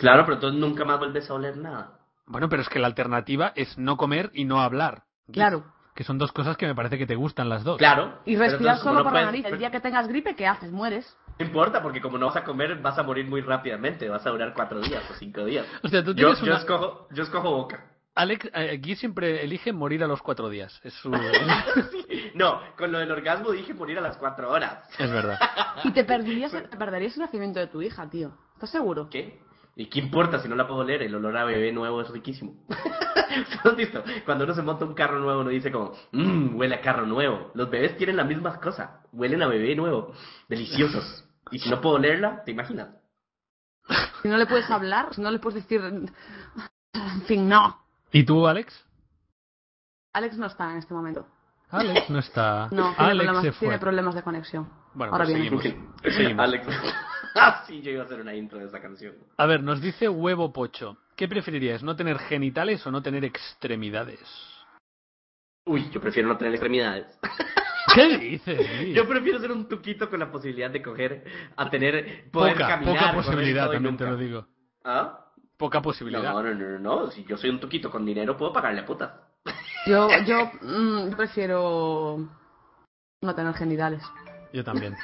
claro, pero entonces nunca más vuelves a oler nada. Bueno, pero es que la alternativa es no comer y no hablar. Claro. Que son dos cosas que me parece que te gustan las dos. Claro. Y pero respirar entonces como solo no por la puedes- nariz. El día que tengas gripe, ¿qué haces? ¿Mueres? No importa, porque como no vas a comer, vas a morir muy rápidamente. Vas a durar cuatro días o cinco días. O sea, tú Yo, tienes yo una- escojo, yo escojo boca. Alex eh, aquí siempre elige morir a los cuatro días. Es su... No, con lo del orgasmo dije morir a las cuatro horas. es verdad. Y te perderías, te perderías el nacimiento de tu hija, tío. ¿Estás seguro? ¿Qué? ¿Y qué importa si no la puedo oler? El olor a bebé nuevo es riquísimo. ¿No has visto? Cuando uno se monta un carro nuevo, uno dice como, mmm, huele a carro nuevo. Los bebés tienen la misma cosa. Huelen a bebé nuevo. Deliciosos. Y si no puedo olerla, ¿te imaginas? Si no le puedes hablar, si no le puedes decir... En fin, no. ¿Y tú, Alex? Alex no está en este momento. Alex no está. No, tiene, Alex problemas, se tiene fue. problemas de conexión. Bueno, Ahora pues viene. seguimos. Seguimos. Alex. ah, sí, yo iba a hacer una intro de esa canción. A ver, nos dice Huevo Pocho. ¿Qué preferirías, no tener genitales o no tener extremidades? Uy, yo prefiero no tener extremidades. ¿Qué dices? Yo prefiero ser un tuquito con la posibilidad de coger, a tener, poder poca, caminar. poca correr posibilidad, todo y también te nunca. lo digo. ¿Ah? Poca No, posibilidad. no, no, no, no. Si yo soy un tuquito con dinero, puedo pagarle a putas. Yo, yo, mm, yo prefiero no tener genitales. Yo también.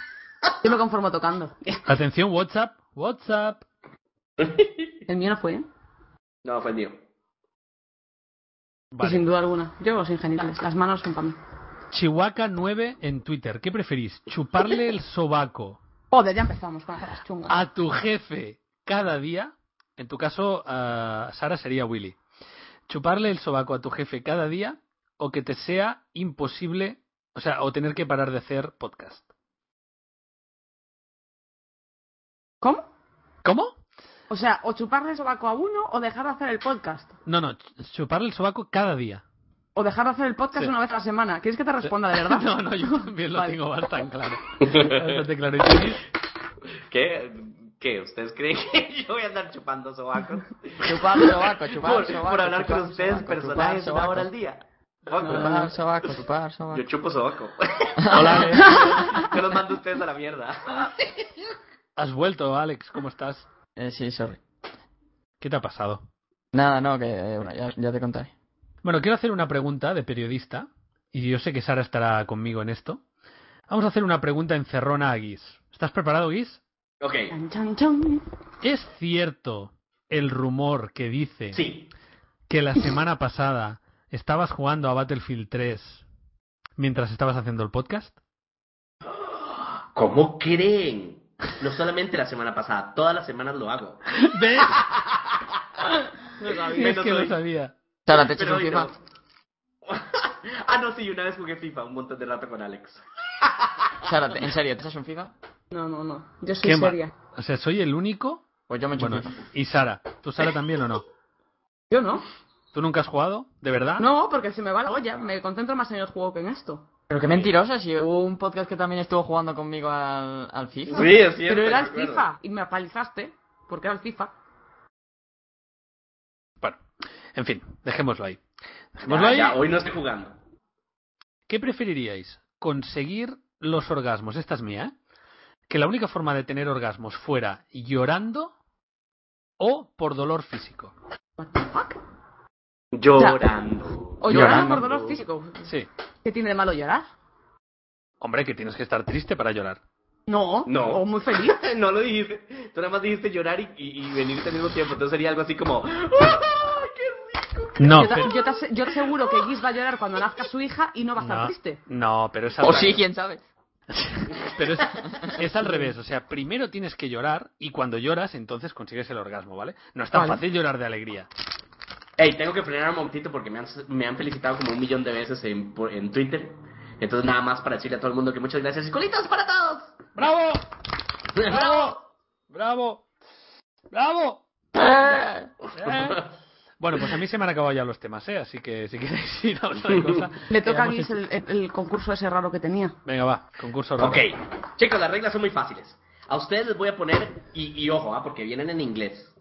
Yo me conformo tocando. Atención, WhatsApp. WhatsApp. El mío no fue, ¿eh? No, fue el mío. Sin Vale. duda alguna. Yo sin genitales. Las manos son para mí. Chihuahua9 en Twitter. ¿Qué preferís? ¿Chuparle el sobaco Joder, ya empezamos con las chungas. a tu jefe cada día? En tu caso, a Sara sería Willy. ¿Chuparle el sobaco a tu jefe cada día o que te sea imposible, o sea, o tener que parar de hacer podcast? ¿Cómo? ¿Cómo? O sea, o chuparle el sobaco a uno o dejar de hacer el podcast. No, no, ch- chuparle el sobaco cada día. O dejar de hacer el podcast Sí. una vez a la semana. ¿Quieres que te responda de verdad? No, no, yo también lo Vale. tengo bastante claro. Bastante claro. ¿Y tú, Luis? ¿Qué? ¿Qué? ¿Ustedes creen que yo voy a andar chupando sobacos? Chupar sobaco, chupar por, Ah, sobaco. por hablar chupar con ustedes, sobaco, chupar personajes, una sobaco. hora al día. No, pero- Ah, sobaco, chupar, sobaco. Yo chupo sobaco. Hola, Alex. Yo los mando a ustedes a la mierda. Has vuelto, Alex. ¿Cómo estás? Eh, sí, sorry. ¿Qué te ha pasado? Nada, no, que eh, bueno, ya, ya te contaré. Bueno, quiero hacer una pregunta de periodista, y yo sé que Sara estará conmigo en esto. Vamos a hacer una pregunta encerrona a Guis. ¿Estás preparado, Guis? Ok, Chan, chan, chan. ¿Es cierto el rumor que dice sí. que la semana pasada estabas jugando a Battlefield 3 mientras estabas haciendo el podcast? ¿Cómo creen? No solamente la semana pasada, todas las semanas lo hago. ¿Ves? sabía. es que lo sabía. Sara, te he hecho Pero un hoy FIFA. no. ah, no, sí, una vez jugué FIFA un montón de rato con Alex. Sara, te- en serio, ¿te echas un FIFA? No, no, no. Yo soy ¿Quién va? seria. O sea, soy el único. Pues yo me echo un Bueno, FIFA. y Sara. ¿Tú, Eh. Sara, también o no? Yo no. ¿Tú nunca has jugado? ¿De verdad? No, porque se me va la olla. Me concentro más en el juego que en esto. Pero qué mentirosa, si hubo un podcast que también estuvo jugando conmigo al, al FIFA. es Pero era el FIFA y me apalizaste porque era el FIFA. Bueno, en fin, dejémoslo ahí. Dejémoslo Ya, ahí. Ah, ya, hoy no estoy jugando. ¿Qué preferiríais? ¿Conseguir los orgasmos? Esta es mía, ¿eh? Que la única forma de tener orgasmos fuera llorando o por dolor físico. What the fuck? Llorando. O llorando Llorando. por dolor físico. Sí. ¿Qué tiene de malo llorar? Hombre, que tienes que estar triste para llorar. No. No. O muy feliz. no lo dijiste. Tú nada más dijiste llorar y, y, y venirte al mismo tiempo. Entonces sería algo así como. ¡Ah, qué rico! No, yo, te, yo te ase- yo te aseguro que Giz va a llorar cuando nazca su hija y no va a estar no, triste. no, pero es al O sí, revés. quién sabe. Pero es, es al revés. O sea, primero tienes que llorar y cuando lloras, entonces consigues el orgasmo, ¿vale? No es tan Vale. fácil llorar de alegría. Ey, tengo que frenar un momentito porque me han, me han felicitado como un millón de veces en, por- en Twitter. Entonces, nada más para decirle a todo el mundo que muchas gracias y colitas para todos. ¡Bravo! ¡Bravo! ¡Bravo! ¡Bravo! Eh. Bueno, pues a mí se me han acabado ya los temas, ¿eh? Así que si queréis ir a otra cosa. Le toca a quedamos Giz en- el, el- el concurso ese raro que tenía. Venga, va, concurso raro. Ok, chicos, las reglas son muy fáciles. A ustedes les voy a poner, y, y ojo, ah, porque vienen en inglés.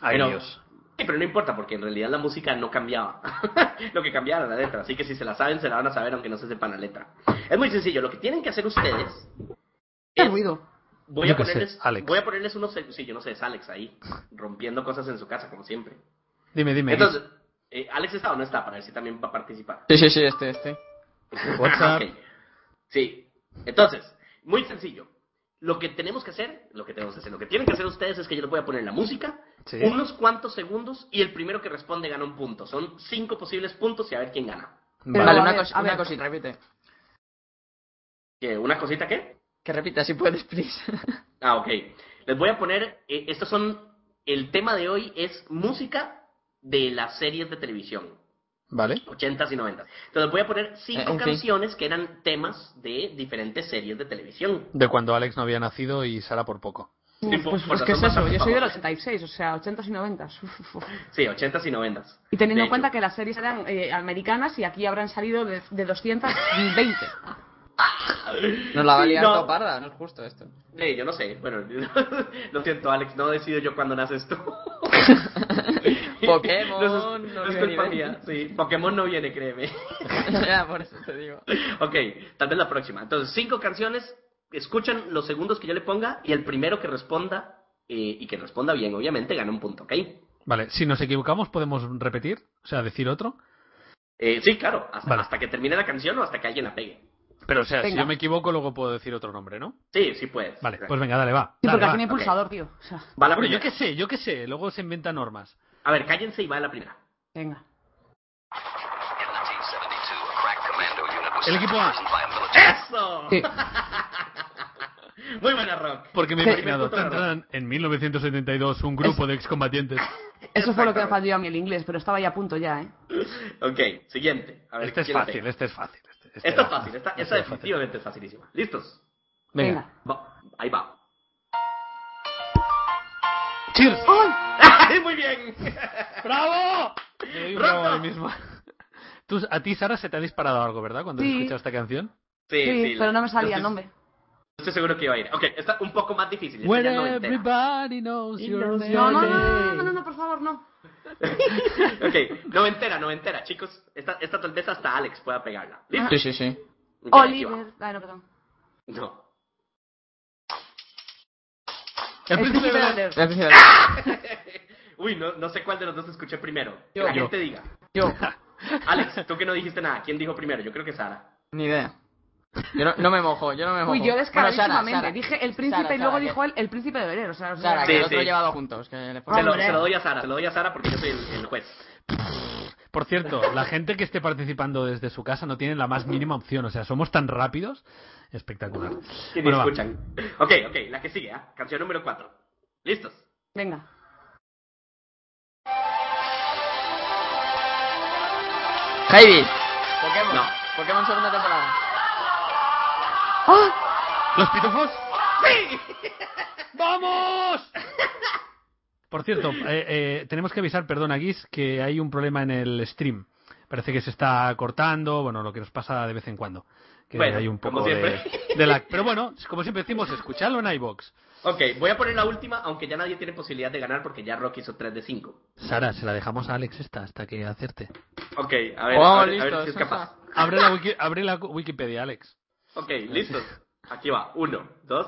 Ay, Pero- Dios. Sí, pero no importa, porque en realidad la música no cambiaba. lo que cambiaba era la letra. Así que si se la saben, se la van a saber, aunque no se sepan la letra. Es muy sencillo. Lo que tienen que hacer ustedes. Qué es- ruido. Voy Yo a, qué sé, ponerles, Alex. voy a ponerles unos. Sí, yo no sé, es Alex ahí. Rompiendo cosas en su casa, como siempre. Dime, dime. Entonces, eh, ¿Alex está o no está? Para ver si también va a participar. Ah, Sí, sí, sí, este, este. WhatsApp. Ok. Sí. Entonces, muy sencillo. Lo que tenemos que hacer, lo que tenemos que hacer, lo que tienen que hacer ustedes es que yo les voy a poner la música, Sí. unos cuantos segundos, y el primero que responde gana un punto. Son cinco posibles puntos y a ver quién gana. Vale. Vale, a una, ver, cosi- a ver. una cosita, repite. ¿Qué, ¿Una cosita qué? Que repita, si puedes, please. Ah, ok. Les voy a poner, eh, estos son, el tema de hoy es música de las series de televisión, Vale. 80s y 90s. Entonces voy a poner Eh, cinco en fin. canciones que eran temas de diferentes series de televisión. De cuando Alex no había nacido y Sara por poco. Sí, Uf, por- pues, por pues razón ¿qué es eso? bastante Yo soy del famosa. 86, o sea, 80 y 90. Uf, uf, uf. Sí, 80s y 90s. Y teniendo en De cuenta hecho. que las series eran eh, americanas y aquí habrán salido de, de 220. Nos la va a liar no. todo parda, no es justo esto. Sí, yo no sé. Bueno, lo siento, Alex, no decido yo cuándo naces tú. Pokémon, No, es- no no es viene culpa ni mía. Sí, Pokémon no viene, créeme. ya, por eso te digo. ok, tal vez la próxima. Entonces, cinco canciones. Escuchan los segundos que yo le ponga y el primero que responda, eh, y que responda bien, obviamente, gana un punto, ¿ok? Vale, si nos equivocamos, ¿podemos repetir? O sea, decir otro. Eh, sí, claro, hasta, Vale. hasta que termine la canción o hasta que alguien la pegue. Pero, o sea, si Venga. yo me equivoco, luego puedo decir otro nombre, ¿no? Sí, sí puedes. Vale, pues venga, dale, va. Sí, Dale, porque va. aquí no hay ok. pulsador, tío. O sea, Va la Bueno, yo primera. qué sé, yo qué sé. Luego se inventan normas. A ver, cállense y va la primera. venga. El equipo A. ¡Eso! Sí. Muy buena, Rock. Porque me he Sí. imaginado, tan, tan, en 1972, un grupo de excombatientes. Eso fue lo que me Exactamente. falló a mí el inglés, pero estaba ya a punto ya, ¿eh? Ok, siguiente. A ver, Este es ¿quién la fácil, pega? este es fácil. Este, este Esta era es fácil, esta, Este esta era fácil. definitivamente es facilísima. ¿Listos? Venga. Va- ahí va. ¡Cheers! Muy bien. ¡Bravo! Me doy un bravo ¡Bravo! a mí mismo. Tú- a ti, Sara, se te ha disparado algo, ¿verdad? Cuando has Sí. escuchado esta canción. Sí, Sí, sí, pero no me salía el entonces- nombre. Yo estoy seguro que iba a ir. Ok, está un poco más difícil. esta When ya no entera. everybody knows your name. No, no, no, no, no, no, no, por favor, no. Ok, noventera, noventera, chicos. Esta, esta tal vez hasta Alex pueda pegarla. ¿Listo? Sí, sí, sí. Ok, aquí va. Ah, Oliver. Ay, no, perdón. No. El príncipe de Bel-Air. La tercera. Uy, no, no sé cuál de los dos escuché primero. Que Yo. la Yo. gente diga. Yo, Alex, tú que no dijiste nada. ¿Quién dijo primero? Yo creo que Sara. ni idea. Yo no, no me mojo, yo no me mojo. Uy, yo descaradísimamente. Bueno, Sara, Sara. Dije el príncipe Sara, y luego Sara, dijo él el príncipe de Belén. O sea, no que- sé. Sara, Sí, que el otro sí. llevado juntos. Que le Se lo, Ah, Hombre. se lo doy a Sara, se lo doy a Sara porque yo soy el, el juez. Por cierto, la gente que esté participando desde su casa no tiene la más mínima opción. O sea, somos tan rápidos. Espectacular. Que ni Bueno, va. escuchan. Ok, ok, la que sigue, ¿ah? Canción número 4. ¿Listos? Venga. Heidi. Pokémon. No. Pokémon segunda temporada. ¡Ah! ¿Los pitufos? ¡Sí! ¡Vamos! Por cierto, eh, eh, tenemos que avisar, perdón, a Guis, que hay un problema en el stream. Parece que se está cortando, bueno, lo que nos pasa de vez en cuando. Que Bueno, hay un poco como de, siempre. de lag. Pero bueno, como siempre decimos, escuchadlo en iBox. Ok, voy a poner la última, aunque ya nadie tiene posibilidad de ganar porque ya Rock hizo 3 de 5. Sara, se la dejamos a Alex esta hasta que acerte. Ok, Oh, a ver, Vamos, a ver, a ver listos. si es capaz. Abre la, wiki- abre la Wikipedia, Alex. Ok, listos. Aquí va. Uno, dos.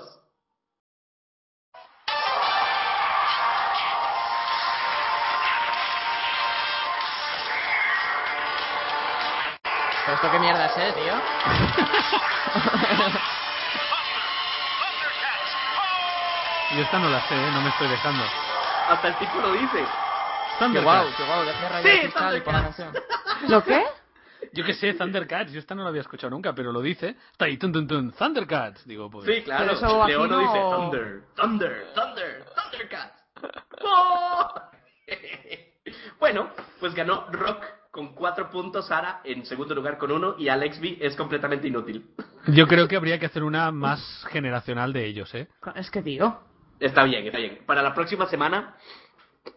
¿Pero esto qué mierda es, eh, tío? Yo esta no la sé, ¿eh? no me estoy dejando. Hasta el título dice. Qué Thundercats. guau, qué guau. Deja rayar Sí, el cristal por la canción. ¿Lo qué? Yo qué sé, Thundercats. Yo esta no la había escuchado nunca, pero lo dice. Está ahí, tun, tun, tun, Thundercats. Digo, pues. Sí, claro. Pero eso aquí Leono no- dice Thunder, Thunder, Thunder, Thundercats. ¡No! bueno, pues ganó Rock con cuatro puntos, Sara en segundo lugar con uno y Alex B es completamente inútil. Yo creo que habría que hacer una más generacional de ellos, ¿eh? Es que, tío. Está bien, está bien. Para la próxima semana,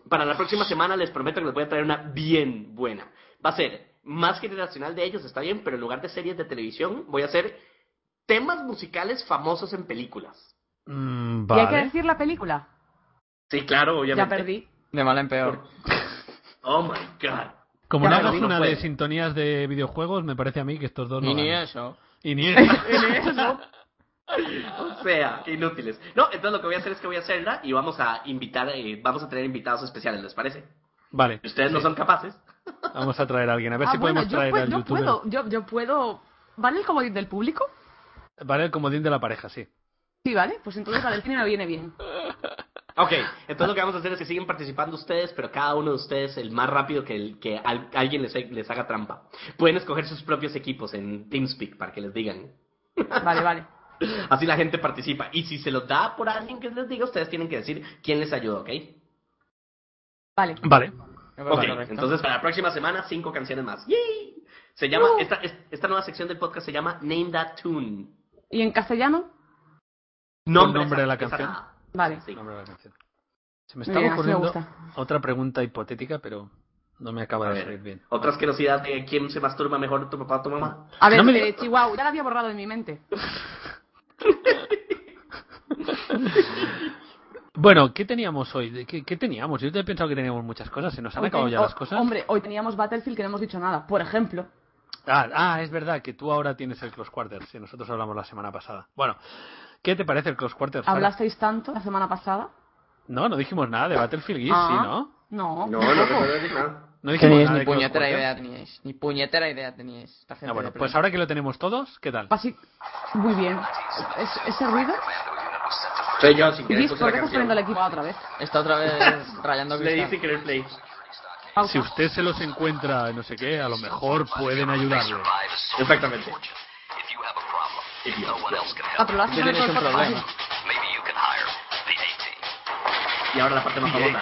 para la próxima semana les prometo que les voy a traer una bien buena. Va a ser más generacional de ellos, está bien, pero en lugar de series de televisión voy a hacer temas musicales famosos en películas. Mm, ¿Y hay que vale. decir la película? Sí, claro, Ya obviamente. perdí. De mal en peor. Oh my god. Como no Ya hagas perdí, no una puede. de sintonías de videojuegos, me parece a mí que estos dos no. Y ni E ganan. eso. Y E ni Ah, O sea, inútiles. No, entonces lo que voy a hacer es que voy a hacerla y vamos a invitar, eh, vamos a tener invitados especiales, ¿les parece? Vale. Si ustedes no son capaces. Vamos a traer a alguien, a ver Ah, si bueno, podemos yo, traer pue- al yo youtuber. puedo. Yo, yo puedo. ¿Vale el comodín del público? Vale, el comodín de la pareja, sí. Sí, vale. Pues entonces la del cine me viene bien. Ok, entonces lo que vamos a hacer es que siguen participando ustedes, pero cada uno de ustedes el más rápido que, el, que al- alguien les, les haga trampa. Pueden escoger sus propios equipos en TeamSpeak para que les digan. Vale, vale. Así la gente participa. Y si se los da por alguien que les diga, ustedes tienen que decir quién les ayudó, ¿ok? Vale. Vale. Me Ok, parece correcto. entonces para la próxima semana, cinco canciones más. ¡Yay! Se llama, esta, es- esta nueva sección del podcast se llama Name That Tune. ¿Y en castellano? Nombre de la canción. nada. Vale. ah, Sí. Nombre de la canción. Se me está Bien, así E me ocurriendo gusta. otra pregunta hipotética, pero no me A acaba de ver, salir bien. Otra asquerosidad de eh, quién se masturba mejor, tu papá o tu mamá. A ver, No me eh, digas- Chihuahua, ya la había borrado de mi mente. Bueno, ¿qué teníamos hoy? ¿De ¿Qué, qué teníamos? Yo te he pensado que teníamos muchas cosas. ¿Se nos han Hoy acabado ten- ya oh, las cosas? Hombre, hoy teníamos Battlefield que no hemos dicho nada, por ejemplo. Ah, ah, es verdad que tú ahora tienes el close quarters. Si nosotros hablamos la semana pasada. Bueno, ¿qué te parece el close quarters? Sara? Hablasteis tanto la semana pasada. No, no dijimos nada de Battlefield Geese, Ah, sí, ¿no? No. decir nada. No Que dijimos ni, nada ni de close puñetera quarters. idea teníais. Ni puñetera idea teníis. Esta gente Ah, bueno, de pues play. ahora que lo tenemos todos, ¿qué tal? Basi- Muy bien. ¿Es- ¿Ese ruido? Soy yo, sin querer Gis, puse ¿por la qué estás poniendo el canción. equipo otra vez? Está otra vez rayando Le di cristal. sin querer play. Pausa. Si usted se los encuentra, no sé qué, a lo mejor pueden ayudarle. Exactamente. Cuatro, lo haces Tú con el tienes un cuerpo, problema. así. Y ahora la parte más famosa.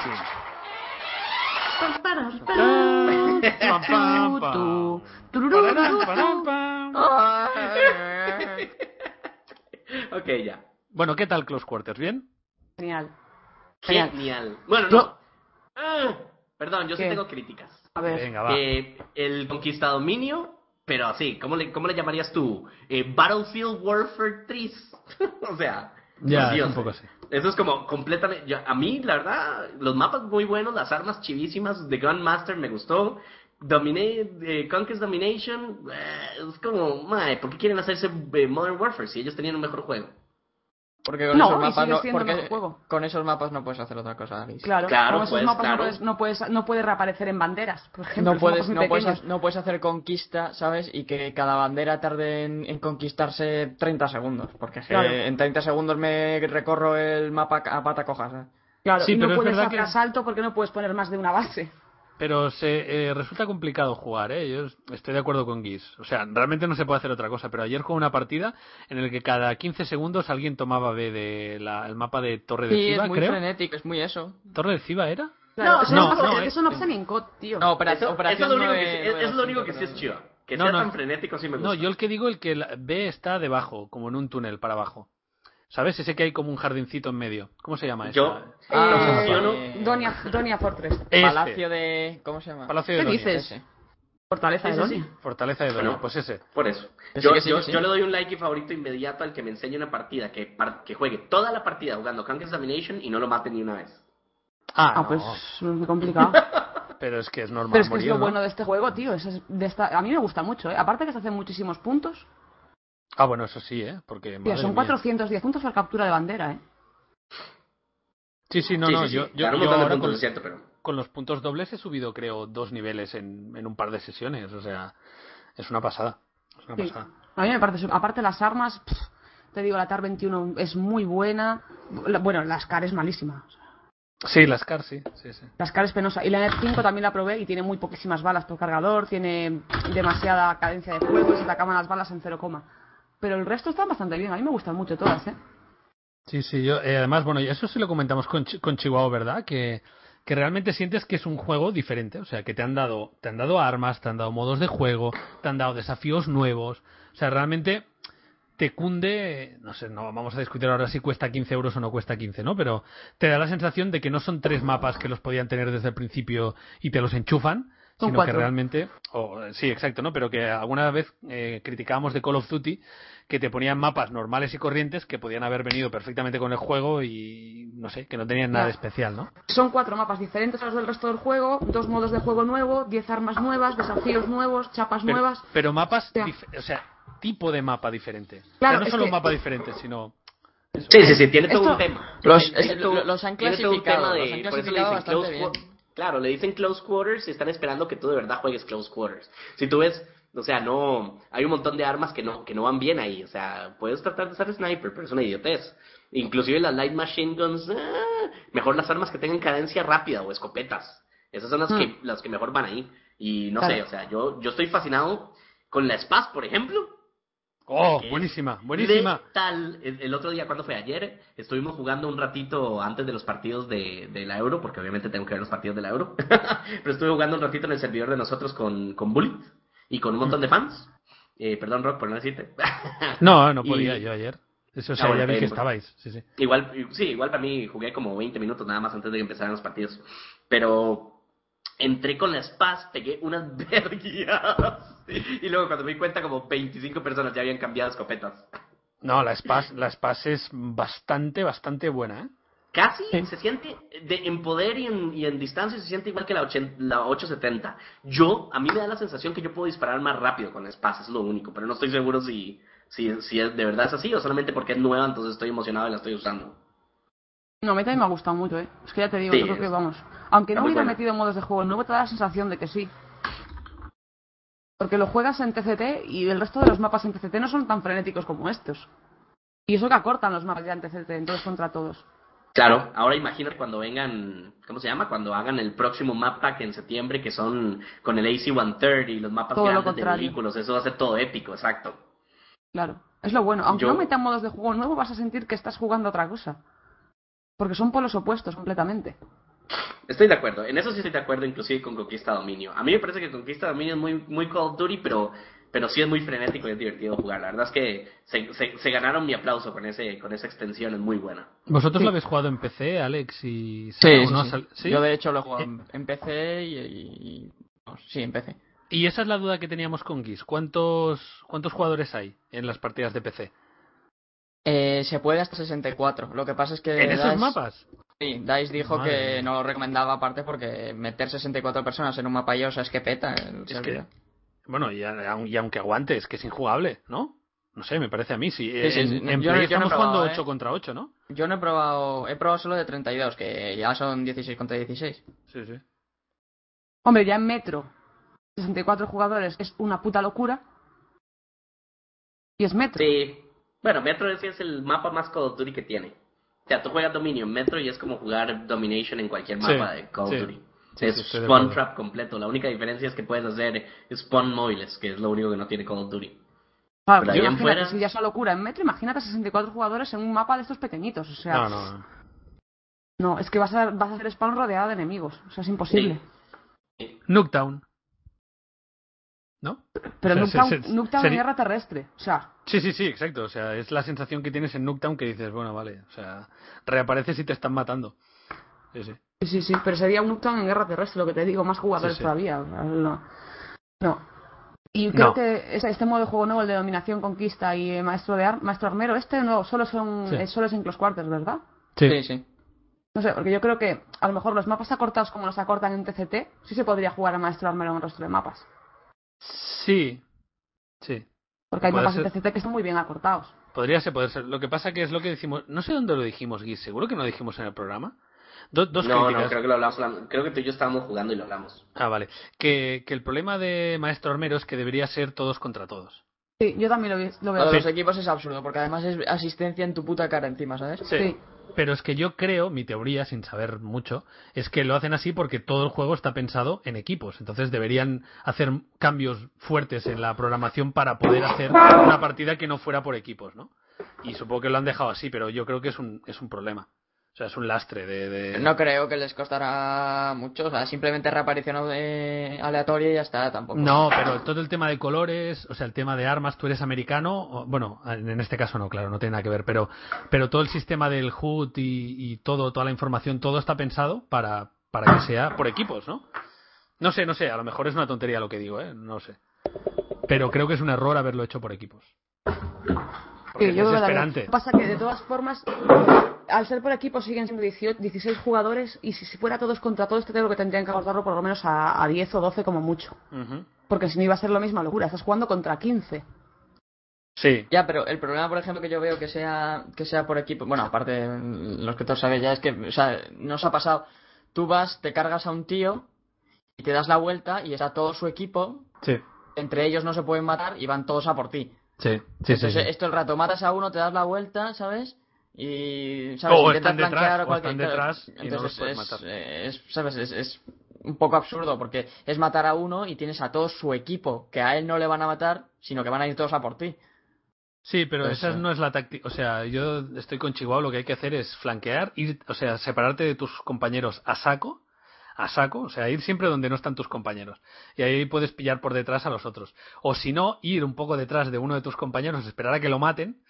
Pam, pam, pam. Tu, tu, tururú, Pararán, tu, parán, tu. pam. Ok, ya. Bueno, ¿qué tal Close Quarters? ¿Bien? Genial. Genial. Genial. Bueno, Yo- no. Ah, perdón, yo sí ¿Qué? tengo críticas. A ver. Venga, Ah, va. Eh, el Conquista Dominio Pero así, ¿cómo le, cómo le llamarías tú? Eh, Battlefield Warfare 3. o sea, Ya, por es Dios. un poco así. Eso es como completamente. yo- a mí, la verdad, los mapas muy buenos, las armas chivísimas de Grandmaster me gustó. Dominé, eh, Conquest Domination, eh, es como, mae, ¿por qué quieren hacerse eh, Modern Warfare si ellos tenían un mejor juego? Porque con No, esos y mapas sigue no, siendo porque mejor juego. con esos mapas no puedes hacer otra cosa, Alice. Claro, Claro, con esos pues, mapas claro. no, puedes, no, puedes, no puedes reaparecer en banderas, por ejemplo. No son puedes, mapas muy no, puedes, pequeños. ha- no puedes hacer conquista, ¿sabes? Y que cada bandera tarde en, en conquistarse 30 segundos. Porque es que Claro. en 30 segundos me recorro el mapa a pata cojas. ¿eh? Claro, Sí, y no pero es puedes verdad hacer que- asalto porque no puedes poner más de una base. Pero se, eh, resulta complicado jugar, ¿eh? Yo estoy de acuerdo con Guis. O sea, realmente no se puede hacer otra cosa, pero ayer jugué una partida en la que cada 15 segundos alguien tomaba B del mapa de Torre de Sí, es Ciba, muy creo. frenético, es muy eso. ¿Torre de Ciba era? Claro, No, eso no, no, pasa- no, es que eh. eso no pasa ni en COD, tío. No, operación, eso, eso operación es lo único no que, es- es, es lo único que sí es operación. chiva. Que No, sea no. tan frenético sí me gusta. No, yo el que digo el que la B está debajo, como en un túnel para abajo. ¿Sabes? Ese que hay como un jardincito en medio. ¿Cómo se llama Yo- esa? Ah, Eh, yo no- Donia, Donia Fortress. eh, Este. Palacio de. ¿Cómo se llama? Palacio de ¿Qué Donia. dices? Ese. Fortaleza de Eso sí. Donia. Fortaleza de Donia, Bueno. pues ese. Por eso. Que sí, Yo, que sí, yo- que sí. yo le doy un like y favorito inmediato al que me enseñe una partida, que, par- que juegue toda la partida jugando Conquest Domination y no lo mate ni una vez. Ah, Ah, no, pues muy complicado. pero es que es normal Pero es que es morir, lo ¿no? bueno de este juego, tío. es- es de esta- A mí me gusta mucho, ¿eh? Aparte que se hacen muchísimos puntos. Ah, bueno, eso sí, ¿eh? Porque, Tío, madre son mía. 410 puntos por captura de bandera, ¿eh? Sí, sí, no, Sí, no, sí, yo, sí. yo- Claro, un yo montón de ahora puntos, con, es cierto, pero... con los puntos dobles he subido, creo, dos niveles en, en un par de sesiones. O sea, es una pasada. Es una Sí. pasada. A mí me parece. su- Aparte, las armas. pff, te digo, la TAR 21 es muy buena. La- Bueno, la SCAR es malísima. Sí, las CAR, sí, sí, sí. La SCAR es penosa. Y la NET5 también la probé y tiene muy poquísimas balas por cargador. Tiene demasiada cadencia de fuego y se te acaban las balas en 0, coma. Pero el resto están bastante bien. A mí me gustan mucho todas, ¿eh? Sí, sí, yo, eh, además, bueno, y eso sí lo comentamos con, Chi- con Chihuahua, ¿verdad? Que, que realmente sientes que es un juego diferente, o sea, que te han dado, te han dado armas, te han dado modos de juego, te han dado desafíos nuevos, o sea, realmente te cunde, no sé, no vamos a discutir ahora si cuesta 15 euros o no cuesta 15, ¿no? Pero te da la sensación de que no son tres mapas que los podían tener desde el principio y te los enchufan, Son sino que cuatro. realmente, o, eh, sí, exacto, ¿no? Pero que alguna vez eh, criticábamos de Call of Duty que te ponían mapas normales y corrientes que podían haber venido perfectamente con el juego y no sé, que no tenían nada de Ya. especial, ¿no? Son cuatro mapas diferentes a los del resto del juego, dos modos de juego nuevo, diez armas nuevas, desafíos nuevos, chapas Pero, nuevas. pero mapas, Ya. dif- o sea, tipo de mapa diferente. Claro, o sea, no es solo que- un mapa diferente, sino... Sí, sí, sí, tiene todo Esto- un tema. Los- pues, Tiene es- todo- lo- los han tiene todo un clasificado, tema los han por eso le clasificado dicen bastante close bien. quar- Claro, le dicen close quarters y están esperando que tú de verdad juegues close quarters. Si tú ves, o sea, no, hay un montón de armas que no, que no van bien ahí. O sea, puedes tratar de usar sniper, pero es una idiotez. Inclusive las light machine guns, ah, mejor las armas que tengan cadencia rápida o escopetas. Esas son las, Hmm. que, las que mejor van ahí. Y no Claro. sé, o sea, yo, yo estoy fascinado con la Spaz, por ejemplo. ¡Oh, Porque buenísima, buenísima! Letal. El, el otro día, cuando fue ayer, estuvimos jugando un ratito antes de los partidos de, de la Euro, porque obviamente tengo que ver los partidos de la Euro. Pero estuve jugando un ratito en el servidor de nosotros con, con Bullet y con un montón de fans. Eh, perdón, Rock, por no decirte. Ah. No, no podía Y- yo ayer. Eso, o sea, bueno, ya vi que pero- estabais. Sí, sí. Igual, sí, igual para mí jugué como 20 minutos nada más antes de que empezaran los partidos. Pero entré con la Spaz, pegué unas verguías. Y luego cuando me di cuenta, como 25 personas ya habían cambiado escopetas. No, la Spaz, la Spaz es bastante, bastante buena, ¿eh? Casi Sí. se siente eh, de- en poder y en, y en distancia se siente igual que la, 80 la 870. Yo, a mí me da la sensación que yo puedo disparar más rápido con espacio, es lo único, pero no estoy seguro si, si, si es, de verdad es así o solamente porque es nueva, entonces estoy emocionado y la estoy usando. No, a mí también me ha gustado mucho, ¿eh? Es que ya te digo, Sí, yo creo que es- vamos. Aunque está no muy hubiera buena. metido modos de juego nuevo, te da la sensación de que sí. Porque lo juegas en TCT y el resto de los mapas en TCT no son tan frenéticos como estos. Y eso que acortan los mapas ya en TCT, entonces contra todos. Claro, ahora imagino cuando vengan, ¿cómo se llama? Cuando hagan el próximo map pack en septiembre, que son con el AC-130 y los mapas Todo lo grandes de contrario. vehículos, eso va a ser todo épico, exacto. Claro. Es lo bueno. Aunque Yo- no metan modos de juego nuevo, vas a sentir que estás jugando otra cosa. Porque son polos opuestos completamente. Estoy de acuerdo, en eso sí estoy de acuerdo, inclusive con Conquista Dominio. A mí me parece que Conquista Dominio es muy, muy Call of Duty, pero, pero sí es muy frenético y es divertido jugar. La verdad es que se, se- se ganaron mi aplauso con ese con esa extensión, es muy buena. ¿Vosotros lo habéis jugado en PC, Alex? Y... Sí, ¿O no sí, sal- sí. ¿Sí? Eh. Yo de hecho lo he jugado en en PC y. y- y- no, pues, sí, en PC. Y esa es la duda que teníamos con Guis. ¿Cuántos, ¿Cuántos jugadores hay en las partidas de PC? Eh, se puede hasta 64. Lo que pasa es que. ¿En esos DICE- mapas? Sí, Dice dijo Madre mía. que no lo recomendaba aparte porque meter 64 personas en un mapa ya, o sea, es que peta. el Es que, servidor. bueno, y, a- aun- y aunque aguante, es que es injugable, ¿no? No sé, me parece a mí. Sí, Sí, sí, en, sí. en Yo- Play yo no he estamos probado, jugando ¿eh? 8 contra 8, ¿no? Yo no he probado. He probado solo de 32, que ya son 16 contra 16. Sí, sí. Hombre, ya en Metro, 64 jugadores es una puta locura. Y es Metro. Sí. Bueno, Metro ese es el mapa más Call of Duty que tiene. O sea, tú juegas Dominion Metro y es como jugar Domination en cualquier mapa Sí, de Call of sí. Duty. Sí, es sí, estoy de spawn acuerdo. trap completo. La única diferencia es que puedes hacer spawn móviles, que es lo único que no tiene Call of Duty. Claro, Pero ahí en imagínate, fuera- si ya es una locura en Metro, imagínate 64 jugadores en un mapa de estos pequeñitos. O No, sea, no. no, es que vas a, vas a hacer spawn rodeado de enemigos. O sea, es imposible. Sí. Nuketown. ¿No? Pero Sí, Nuketown, sí, sí. Nuketown Sería- es guerra terrestre. O sea, Sí, sí, sí, exacto. O sea, es la sensación que tienes en Nuketown que dices, bueno, vale. O sea, reapareces y te están matando. Sí, sí. sí, sí, sí, pero sería un Nuketown en guerra terrestre, lo que te digo, más jugadores Sí, sí. todavía. o sea, No. no. Y creo No. que ese- este modo de juego nuevo, el de dominación, conquista y eh, maestro de ar- maestro armero, este no, solo son Sí. eh, solo es en close quarters, ¿verdad? sí. sí. No sé, porque yo creo que a lo mejor los mapas acortados como los acortan en TCT, sí se podría jugar a maestro armero en el resto de mapas. Sí. Sí. Porque hay Puede mapas ser. en TCT que están muy bien acortados. Podría ser, poder ser. Lo que pasa que es lo que decimos. No sé dónde lo dijimos, Guis. Seguro que no lo dijimos en el programa. Do- dos No, críticas. no, creo que lo hablamos. la- Creo que tú y yo estábamos jugando y lo hablamos. Ah, vale. Que, que el problema de Maestro Armero es que debería ser todos contra todos. Sí, yo también lo, vi- Lo lo veo. de Ah, Sí. los equipos es absurdo, porque además es asistencia en tu puta cara encima, ¿sabes? Sí. Pero es que yo creo, mi teoría, sin saber mucho, es que lo hacen así porque todo el juego está pensado en equipos. Entonces deberían hacer cambios fuertes en la programación para poder hacer una partida que no fuera por equipos, ¿no? Y supongo que lo han dejado así, pero yo creo que es un, es un problema. O sea, es un lastre de... de- Eh, No creo que les costará mucho, o sea, simplemente reaparición de aleatoria y ya está, tampoco. No, pero todo el tema de colores, o sea, el tema de armas, tú eres americano, o- bueno, en este caso no, claro, no tiene nada que ver, pero, pero todo el sistema del HUD y, y todo, toda la información, todo está pensado para, para que sea por equipos, ¿no? No sé, no sé, a lo mejor es una tontería lo que digo, ¿eh? No sé. Pero creo que es un error haberlo hecho por equipos. Porque Sí, es yo creo que también. desesperante. Lo que Pasa que de todas formas, al ser por equipo siguen siendo 18 16 jugadores y si, si fuera todos contra todos, te creo que tendrían que acortarlo por lo menos a, a 10 o 12 como mucho. Ujú. Porque si no iba a ser lo misma locura, estás jugando contra 15. Sí, Ya, pero el problema, por ejemplo, que yo veo que sea que sea por equipo, bueno, aparte de los que todos sabéis ya es que, o sea, nos ha pasado, tú vas, te cargas a un tío y te das la vuelta y está todo su equipo, sí, entre ellos no se pueden matar y van todos a por ti. sí, sí, sí, Entonces, sí. esto el rato matas a uno, te das la vuelta, ¿sabes? Y, ¿sabes? O Intentas están detrás, flanquear o cualquier- están detrás y no Entonces, los puedes es- matar. es- ¿sabes? Es, es un poco absurdo porque es matar a uno y tienes a todo su equipo, que a él no le van a matar, sino que van a ir todos a por ti. Sí, pero Puede esa ser. no es la táctica. O sea, yo estoy con Chihuahua, lo que hay que hacer es flanquear, ir, o sea, separarte de tus compañeros a saco, a saco, o sea, ir siempre donde no están tus compañeros. Y ahí puedes pillar por detrás a los otros. O si no, ir un poco detrás de uno de tus compañeros, esperar a que lo maten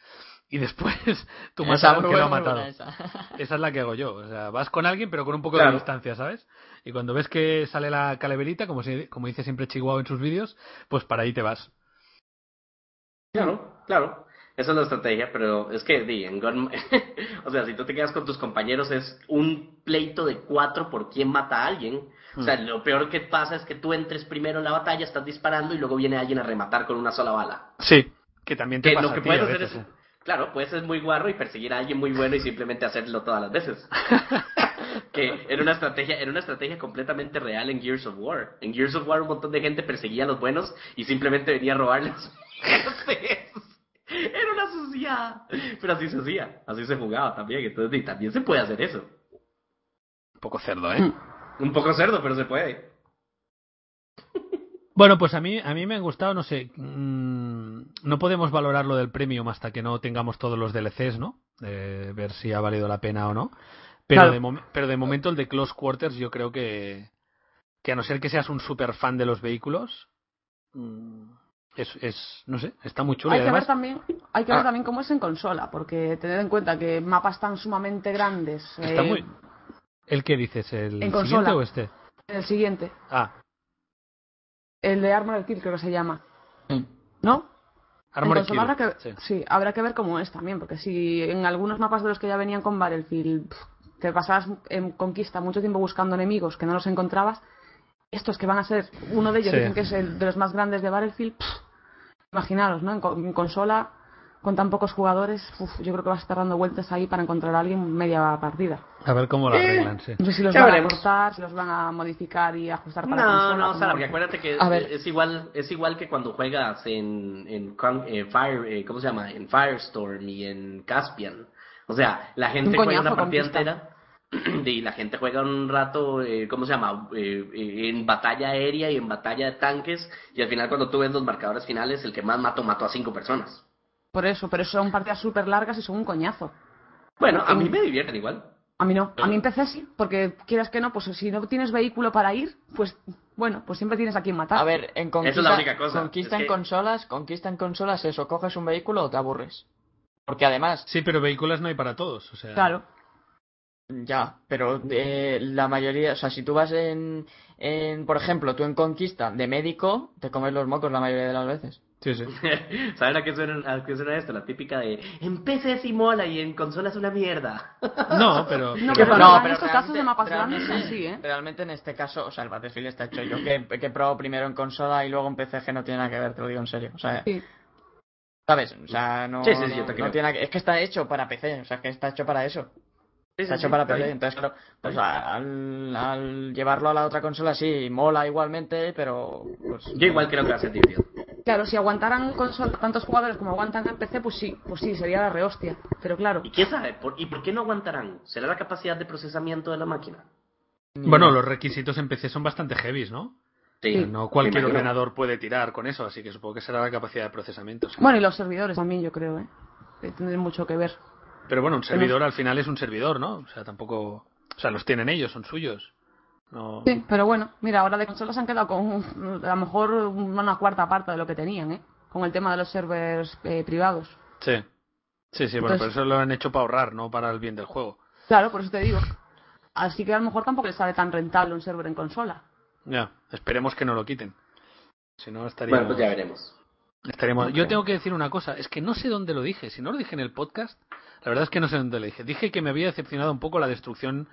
y después tú Esa, matar al muy que lo buena, ha muy matado. buena esa. Esa es la que hago yo. O sea, vas con alguien, pero con un poco de Claro. distancia, ¿sabes? Y cuando ves que sale la calaverita, como, se- como dice siempre Chihuahua en sus vídeos, pues para ahí te vas. Claro, claro. Esa es la estrategia, pero es que, di, en Gun- o sea, si tú te quedas con tus compañeros es un pleito de cuatro por quién mata a alguien. O sea, lo peor que pasa es que tú entres primero en la batalla, estás disparando y luego viene alguien a rematar con una sola bala. Sí. Que también te Que pasa lo a que ti puedes a hacer es, veces, ¿eh? claro, puedes ser muy guarro y perseguir a alguien muy bueno y simplemente hacerlo todas las veces. que era una estrategia, era una estrategia completamente real en Gears of War. En Gears of War un montón de gente perseguía a los buenos y simplemente venía a robarles. era una suciedad. Pero así se hacía, así se jugaba también. Entonces, y también se puede hacer eso. Un poco cerdo, ¿eh? Un poco cerdo, pero se puede. Bueno, pues a mí, a mí me han gustado, no sé, mm, no podemos valorar lo del premium hasta que no tengamos todos los DLCs, ¿no? Eh, ver si ha valido la pena o no. Pero, Claro. de, mom- pero de momento el de Close Quarters yo creo que, que a no ser que seas un super fan de los vehículos, mm, es, es, no sé, está muy chulo. hay y que ver además, también, hay que ver Ah. también cómo es en consola, porque tened en cuenta que mapas tan sumamente grandes está eh, muy... ¿El qué dices? ¿El siguiente en consola. o este? en el siguiente. Ah, El de Armored Kill creo que se llama, Sí. Mm. ¿no? Armored Entonces, habrá Killer, que, sí. sí. habrá que ver cómo es también, porque si en algunos mapas de los que ya venían con Battlefield pf, te pasabas en conquista mucho tiempo buscando enemigos que no los encontrabas, estos que van a ser, uno de ellos Sí. dicen que es el de los más grandes de Battlefield, pf, imaginaros, ¿no? En, co- en consola, con tan pocos jugadores, uf, yo creo que vas a estar dando vueltas ahí para encontrar a alguien media partida. A ver Eh. cómo lo arreglan, sí. No sé si los Ya van veremos. a cortar, si los van a modificar y ajustar para No, consola, no, como- Sara, porque acuérdate que A es- ver. es igual, es igual que cuando juegas en, en, Con- en Fire, eh, ¿cómo se llama? En Firestorm y en Caspian. O sea, la gente juega coñazo una partida conquista. entera y la gente juega un rato, eh, ¿cómo se llama? Eh, eh, en batalla aérea y en batalla de tanques y al final cuando tú ves los marcadores finales, el que más mató, mató a cinco personas. Por eso, pero son partidas súper largas y son un coñazo. Bueno, a mí me divierten igual. A mí no. A mí en PC sí, porque quieras que no, pues si no tienes vehículo para ir, pues bueno, pues siempre tienes a quien matar. A ver, en Esa es conquista, la única cosa. conquista Es en que- consolas, conquista en consolas, eso, coges un vehículo o te aburres. Porque además, Sí, pero vehículos no hay para todos, o sea. claro. Ya, pero eh, la mayoría, o sea, si tú vas en, en, por ejemplo, tú en Conquista de médico, te comes los mocos la mayoría de las veces. Sí, sí. ¿Saben a qué, suena, a qué suena esto? La típica de en PC sí mola y en consola es una mierda. No, pero. pero- No, pero- No, en estos casos de mapas realmente- grandes, sí, ¿eh? Realmente en este caso, o sea, el Battlefield está hecho yo que, que he probado primero en consola y luego en PC que no tiene nada que ver, te lo digo en serio. O sea, Sí. ¿sabes? O sea, no, Sí, sí, sí, yo no- te no creo. tiene nada que- es que está hecho para PC, o sea, que está hecho para eso. Está hecho para PC, entonces claro, pues a- al, al llevarlo a la otra consola sí, mola igualmente, pero pues Yo igual creo que va a ser divertido. Claro, si aguantaran consola tantos jugadores como aguantan en PC, pues sí, pues sí, sería la rehostia. Pero claro, ¿Y quién sabe? ¿Por- ¿Y por qué no aguantarán? ¿Será la capacidad de procesamiento de la máquina? Bueno, los requisitos en PC son bastante heavies, ¿no? Sí. No cualquier Me imagino. ordenador puede tirar con eso, así que supongo que será la capacidad de procesamiento. sí. bueno, y los servidores también, yo creo, ¿eh? Que Tendrán mucho que ver. Pero bueno, un servidor al final es un servidor, ¿no? O sea, tampoco. O sea, los tienen ellos, son suyos. No... Sí, pero bueno, mira, ahora de consolas han quedado con un- a lo mejor una cuarta parte de lo que tenían, ¿eh? Con el tema de los servers eh, privados. Sí. Sí, sí, bueno, Entonces- pero eso lo han hecho para ahorrar, no para el bien del juego. Claro, por eso te digo. Así que a lo mejor tampoco les sale tan rentable un server en consola. Ya, esperemos que no lo quiten. Si no, estaríamos. Bueno, pues ya veremos. estaríamos... Yo tengo que decir una cosa, es que no sé dónde lo dije. Si no lo dije en el podcast, la verdad es que no sé dónde lo dije. Dije que me había decepcionado un poco la destrucción.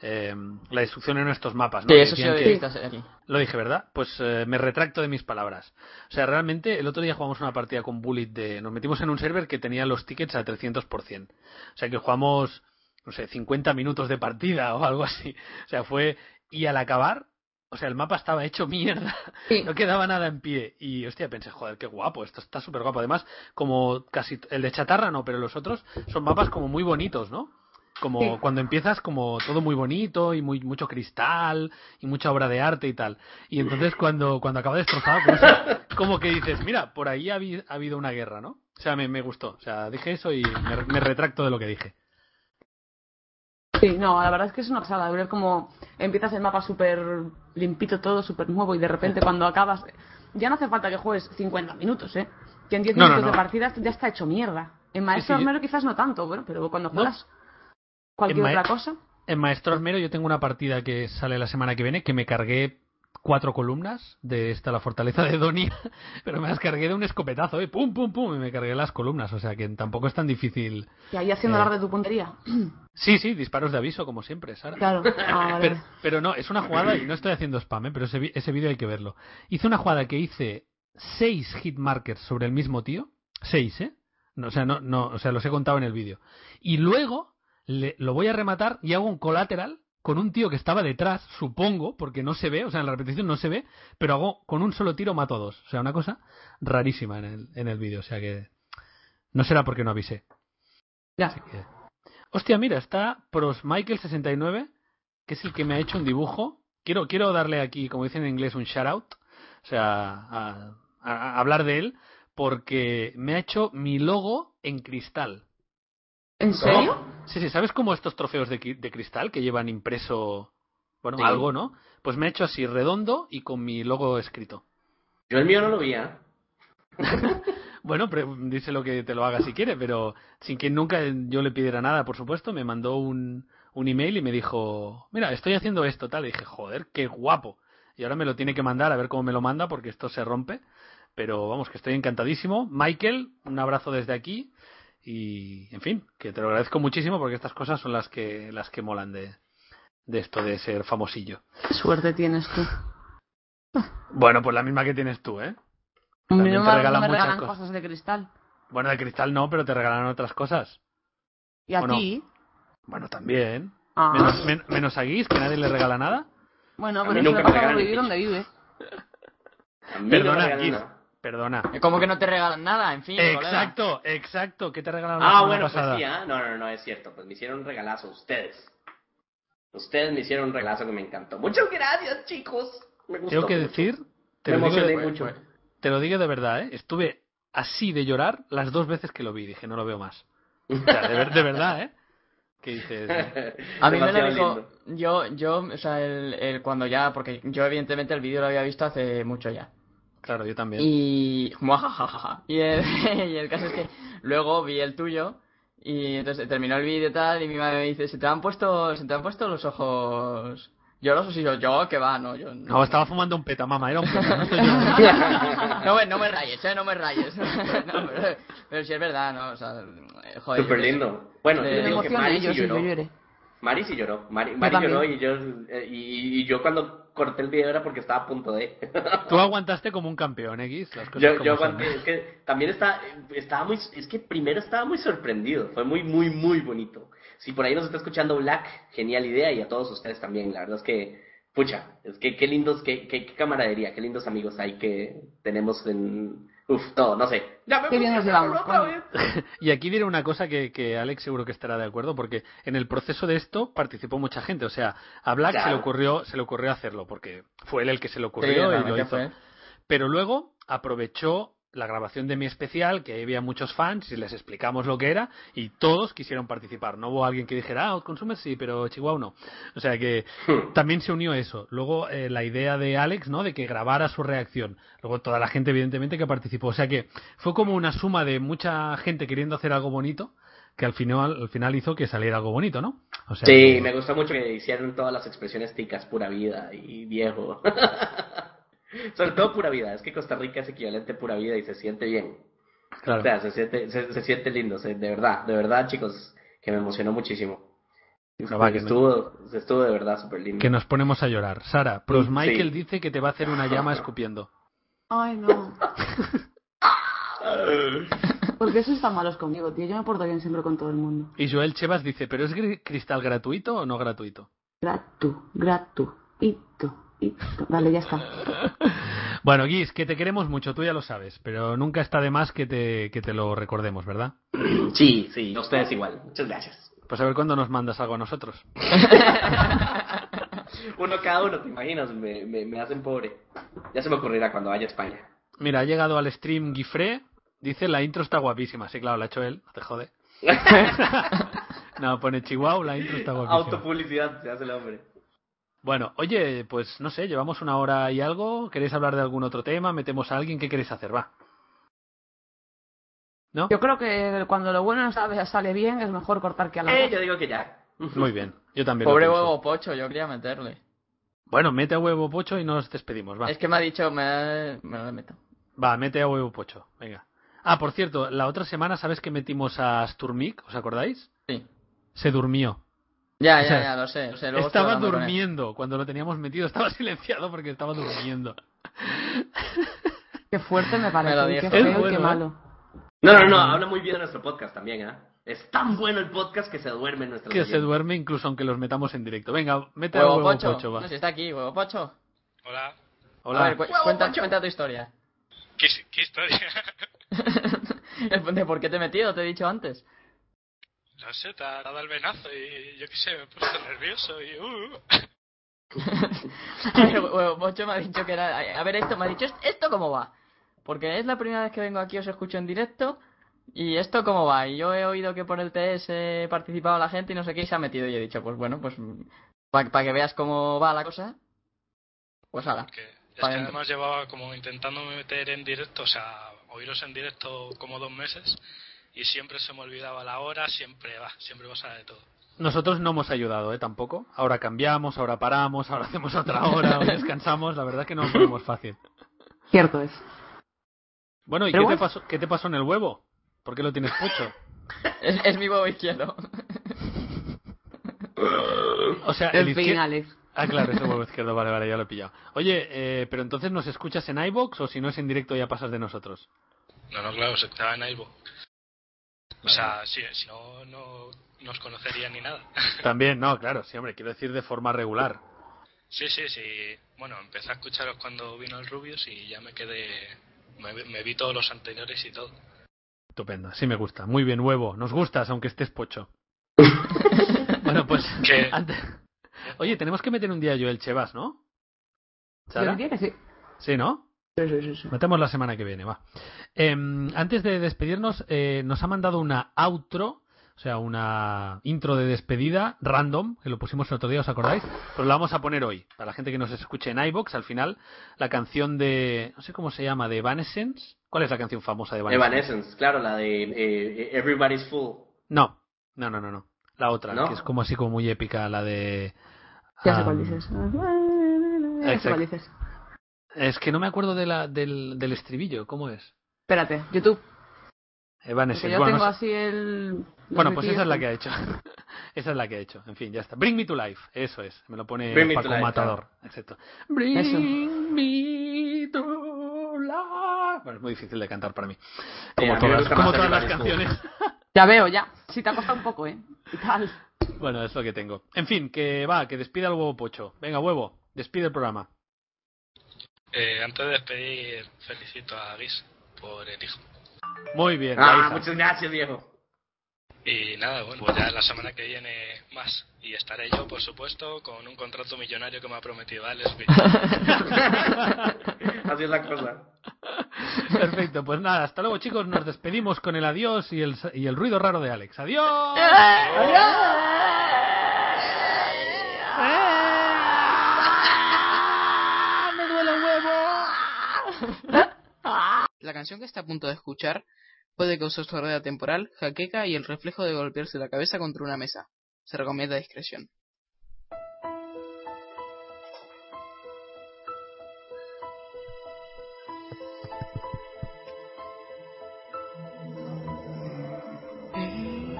eh, la destrucción en estos mapas, ¿no? Sí, Que eso sí decían lo que- dijiste aquí. Lo dije, ¿verdad? Pues eh, me retracto de mis palabras. O sea, realmente el otro día jugamos una partida con Bullet de... Nos metimos en un server que tenía los tickets a 300%. O sea, que jugamos, no sé, 50 minutos de partida o algo así. O sea, fue... Y al acabar, o sea, el mapa estaba hecho mierda. Sí. No quedaba nada en pie. Y, hostia, pensé, joder, qué guapo. Esto está súper guapo. Además, como casi... El de chatarra no, pero los otros son mapas como muy bonitos, ¿no? Como Sí. cuando empiezas como todo muy bonito y muy mucho cristal y mucha obra de arte y tal. Y entonces cuando, cuando acaba destrozado, pues, es como que dices, mira, por ahí ha, habi- ha habido una guerra, ¿no? O sea, me, me gustó. O sea, dije eso y me, me retracto de lo que dije. Sí, no, la verdad es que es una pasada ver cómo empiezas el mapa súper limpito todo, súper nuevo y de repente cuando acabas... Ya no hace falta que juegues 50 minutos, ¿eh? Que en 10 No, no, minutos no. de partida ya está hecho mierda. En Sí, Maestro sí, yo- Armero quizás no tanto, bueno, pero cuando No. juegas cualquier En Mae- otra cosa... En Maestro Armero yo tengo una partida que sale la semana que viene que me cargué cuatro columnas de esta la fortaleza de Donia, pero me las cargué de un escopetazo, ¿eh? Pum, pum, pum, y me cargué las columnas. O sea, que tampoco es tan difícil. Y ahí haciendo Eh. hablar de tu puntería. Sí, sí, disparos de aviso, como siempre, Sara. Claro. Ah, vale. Pero, pero no, es una jugada, y no estoy haciendo spam, ¿eh? pero ese, vi- ese vídeo hay que verlo. Hice una jugada que hice seis hit markers sobre el mismo tío. Seis, ¿eh? No, o, sea, no, no, o sea, los he contado en el vídeo. Y luego le- lo voy a rematar y hago un colateral con un tío que estaba detrás, supongo, porque no se ve, o sea, en la repetición no se ve, pero hago con un solo tiro mato a dos. O sea, una cosa rarísima en el, en el vídeo. O sea que no será porque no avisé. Ya. Así que- Hostia, mira, está Pros Michael 69 que es el que me ha hecho un dibujo. Quiero, quiero darle aquí, como dicen en inglés, un shout out, o sea, a, a- a hablar de él, porque me ha hecho mi logo en cristal. ¿En serio? Sí, sí, ¿sabes cómo estos trofeos de, cri- de cristal que llevan impreso, bueno, Sí. algo, ¿no? Pues me ha hecho así redondo y con mi logo escrito. Yo el mío no lo vi, ¿eh? Bueno, pero dice lo que te lo haga si quiere, pero sin que nunca yo le pidiera nada, por supuesto, me mandó un, un email y me dijo, mira, estoy haciendo esto, tal. Y dije, joder, qué guapo. y ahora me lo tiene que mandar a ver cómo me lo manda porque esto se rompe. Pero vamos, que estoy encantadísimo. Michael, un abrazo desde aquí y en fin, que te lo agradezco muchísimo porque estas cosas son las que las que molan de, de esto de ser famosillo. Qué suerte tienes tú. Bueno, pues la misma que tienes tú, ¿eh? A mí También no te me, no regalan me muchas regalan cosas. cosas de cristal. Bueno, de cristal no, pero te regalan otras cosas. ¿Y a Bueno. ti? Bueno, también. Ah. Menos, men- menos a Guis, que nadie le regala nada. Bueno, A pero mí eso nunca le me pasa por regalan Eh, vivir ni- donde vives. A mí no me Perdona, regalan Guis. nada. Perdona. ¿Cómo que no te regalan nada? En fin, colega. Exacto, exacto. ¿Qué te regalaron la Ah, semana bueno, pasada? pues sí, ah, no, no, no, es cierto. Pues me hicieron un regalazo ustedes. Ustedes me hicieron un regalazo que me encantó. Muchas gracias, chicos. Me gustó Tengo que mucho. decir, te Me lo, digo pues. emocioné de, mucho. te lo digo de verdad, ¿eh? Estuve así de llorar las dos veces que lo vi. Dije, no lo veo más. O sea, de, ver- de verdad, ¿eh? Que dices, A mí me lo Demasiado dijo, lindo. yo, yo, o sea, el, el cuando ya, porque yo evidentemente el vídeo lo había visto hace mucho ya. claro, yo también. Y... muajajaja. Y el, y el caso es que luego vi el tuyo y entonces terminó el vídeo y tal y mi madre me dice, se te han puesto, se te han puesto los ojos llorosos y yo, yo, que va, no, yo No, estaba fumando un peta, mamá. Era un peta, no estoy llorando. no, me, no me rayes, eh, no me rayes. No, pero, pero sí es verdad, ¿no? O sea, eh, joder. Súper yo qué sé. lindo. Bueno, Me yo Me digo que emocioné Mari yo, sí sí, yo lloró. lloré. Mari sí lloró. Mari, Mari también. lloró y yo, eh, y, y yo cuando corté el video era porque estaba a punto de. Tú aguantaste como un campeón, X. Las cosas yo como yo son. ¿eh? aguanté. Es que también está, estaba muy. Es que primero estaba muy sorprendido. Fue muy, muy, muy bonito. Si por ahí nos está escuchando Black, genial idea y a todos ustedes también. La verdad es que. Pucha, es que qué lindos, qué, qué, qué camaradería, qué lindos amigos hay que tenemos en. Uf, todo, no sé. Ya me Qué bien nos emocioné, llevamos, otra coño. vez. Y aquí diré una cosa que, que Alex seguro que estará de acuerdo, porque en el proceso de esto participó mucha gente. O sea, a Black se, Claro. le ocurrió, se le ocurrió hacerlo, porque fue él el que se le Sí, ocurrió y lo realmente hizo. fue. Pero luego aprovechó la grabación de mi especial, que había muchos fans, y les explicamos lo que era, y todos quisieron participar. No hubo alguien que dijera, ah, consumes sí, pero Chihuahua no. O sea que Hmm. también se unió eso. Luego eh, la idea de Alex, ¿no? De que grabara su reacción. Luego toda la gente, evidentemente, que participó. O sea que fue como una suma de mucha gente queriendo hacer algo bonito, que al final, al final hizo que saliera algo bonito, ¿no? O sea, Sí, que- me gustó mucho que hicieron todas las expresiones ticas, pura vida y viejo. Sobre todo pura vida, es que Costa Rica es equivalente a pura vida y se siente bien. claro. O sea, se siente, se, se siente lindo, se- de verdad, de verdad, chicos, que me emocionó muchísimo. No, va, que no. estuvo, estuvo de verdad súper lindo. Ah, Que nos ponemos a llorar. Sara, Pros Sí. Michael dice que te va a hacer una llama escupiendo. Ay, no. Porque eso están malos conmigo, tío. Yo me porto bien siempre con todo el mundo. Y Joel Chevas dice, ¿pero es gri- cristal gratuito o no gratuito? Gratu, gratu, ito, ito. Vale, ya está. Bueno, Guis, que te queremos mucho, tú ya lo sabes, pero nunca está de más que te, que te lo recordemos, ¿verdad? Sí, sí, a ustedes igual. Muchas gracias. Pues a ver cuándo nos mandas algo a nosotros. Uno cada uno, te imaginas, me, me, me hacen pobre. Ya se me ocurrirá cuando vaya a España. Mira, ha llegado al stream Guifré, dice, la intro está guapísima. Sí, claro, la ha hecho él, no te jode. no, pone Chihuahua, la intro está guapísima. Autopublicidad, se hace el hombre. Bueno, oye, pues no sé, llevamos una hora y algo, ¿queréis hablar de algún otro tema? ¿Metemos a alguien? ¿Qué queréis hacer? Va. ¿No? Yo creo que cuando lo bueno sabe- sale bien, es mejor cortar que a la Eh, yo digo que ya. Muy bien, yo también. lo Pobre pienso. huevo pocho, yo quería meterle. Bueno, mete a huevo pocho y nos despedimos, va. Es que me ha dicho, me, me lo meto. Va, mete a huevo pocho, venga. Ah, por cierto, la otra semana, ¿sabes que metimos a Sturmik? ¿Os acordáis? Sí. Se durmió. Ya, O sea, ya, ya, lo sé. lo sé, luego estoy estaba hablando con él. durmiendo. Cuando lo teníamos metido estaba silenciado porque estaba durmiendo. Qué fuerte me parece. lo qué dijo. feo Es y bueno, qué ¿eh? malo. No, no, no, habla muy bien de nuestro podcast también, ¿ah? Es tan bueno el podcast que se duerme nuestro Que se duerme incluso aunque los metamos en directo. Venga, mete a Huevo, huevo pocho. pocho, va. No sé, está aquí, huevo pocho. Hola. Hola. A ver, cu- cuenta, cuenta tu historia. ¿Qué, his- qué historia? ¿De por qué te he metido? Te he dicho antes. no sé, te ha dado el venazo y yo qué sé, me he puesto nervioso y... Uh, El huevo pocho me ha dicho que era... A ver, esto me ha dicho, ¿esto cómo va? Porque es la primera vez que vengo aquí, os escucho en directo. ¿Y esto cómo va? Y yo he oído que por el TS participaba la gente y no sé qué, y se ha metido. Y he dicho, pues bueno, pues para que veas cómo va la cosa, pues ala. que, es que Pa' dentro. además llevaba como intentándome meter en directo, o sea, oíros en directo como dos meses y siempre se me olvidaba la hora, siempre va, siempre pasaba de todo. Nosotros no hemos ayudado, ¿eh? Tampoco. Ahora cambiamos, ahora paramos, ahora hacemos otra hora, ahora descansamos. La verdad es que no lo ponemos fácil. Cierto es. Bueno, ¿y qué Pero te, bueno. pasó, qué te pasó en el huevo? ¿Por qué lo tienes pucho? Es, es mi huevo izquierdo. O sea, En el fin, izquier- Alex. Ah, claro, es el huevo izquierdo. Vale, vale, ya lo he pillado. Oye, eh, pero entonces nos escuchas en iBox o si no es en directo ya pasas de nosotros. No, no, claro, se estaba en Aibo. O sea, si, si no, no nos conocería ni nada. También, no, claro, sí, hombre, quiero decir de forma regular. Sí, sí, sí. Bueno, empecé a escucharos cuando vino el Rubius y ya me quedé. Me, vi- me vi todos los anteriores y todo. Estupendo, sí me gusta. Muy bien, huevo. Nos gustas, aunque estés pocho. bueno, pues. ¿Qué? antes- Oye, tenemos que meter un día yo el Chevas, ¿no? Yo ¿Sara? diría que sí. Sí, ¿no? Sí, sí, sí, sí. Metemos la semana que viene, va. Em, antes de despedirnos, eh, nos ha mandado una outro, o sea, una intro de despedida random, que lo pusimos el otro día, ¿os acordáis? Pero la vamos a poner hoy, para la gente que nos escuche en iBox, al final, la canción de, no sé cómo se llama, de Evanescence. ¿Cuál es la canción famosa de Evanescence? Evanescence, claro, la de eh, eh, Everybody's Full. No, no, no, no, no. La otra, ¿No? que es como así como muy épica, la de... Ya sé ah, cuál dices. Ya sé exacto. cuál dices. Es que no me acuerdo de la, del, del estribillo, ¿cómo es? Espérate, YouTube. Evanescence. Porque Bueno, yo no tengo sé. así el. Bueno, pues esa es la que ha hecho. esa es la que ha hecho. En fin, ya está. Bring me to life. Eso es. Me lo pone Bring me Paco to life, Matador. Exacto. Bring me to life. Bueno, es muy difícil de cantar para mí. Como Eh, a mí me todas, gusta como más todas las Everybody's canciones. Ya veo, ya. Sí, te ha costado un poco, ¿eh? Y tal. bueno, es lo que tengo. En fin, que va, que despida el huevo pocho. Venga, huevo. Despide el programa. Eh, antes de despedir, felicito a Guis por el hijo. Muy bien. Ah, Raisa. muchas gracias, viejo. Y nada, bueno, pues ya la semana que viene más. Y estaré yo, por supuesto, con un contrato millonario que me ha prometido Alex. Así es la cosa. Perfecto, pues nada, hasta luego chicos, nos despedimos con el adiós y el, y el ruido raro de Alex. ¡Adiós! La canción que está a punto de escuchar puede causar sordera temporal, jaqueca y el reflejo de golpearse la cabeza contra una mesa. Se recomienda discreción.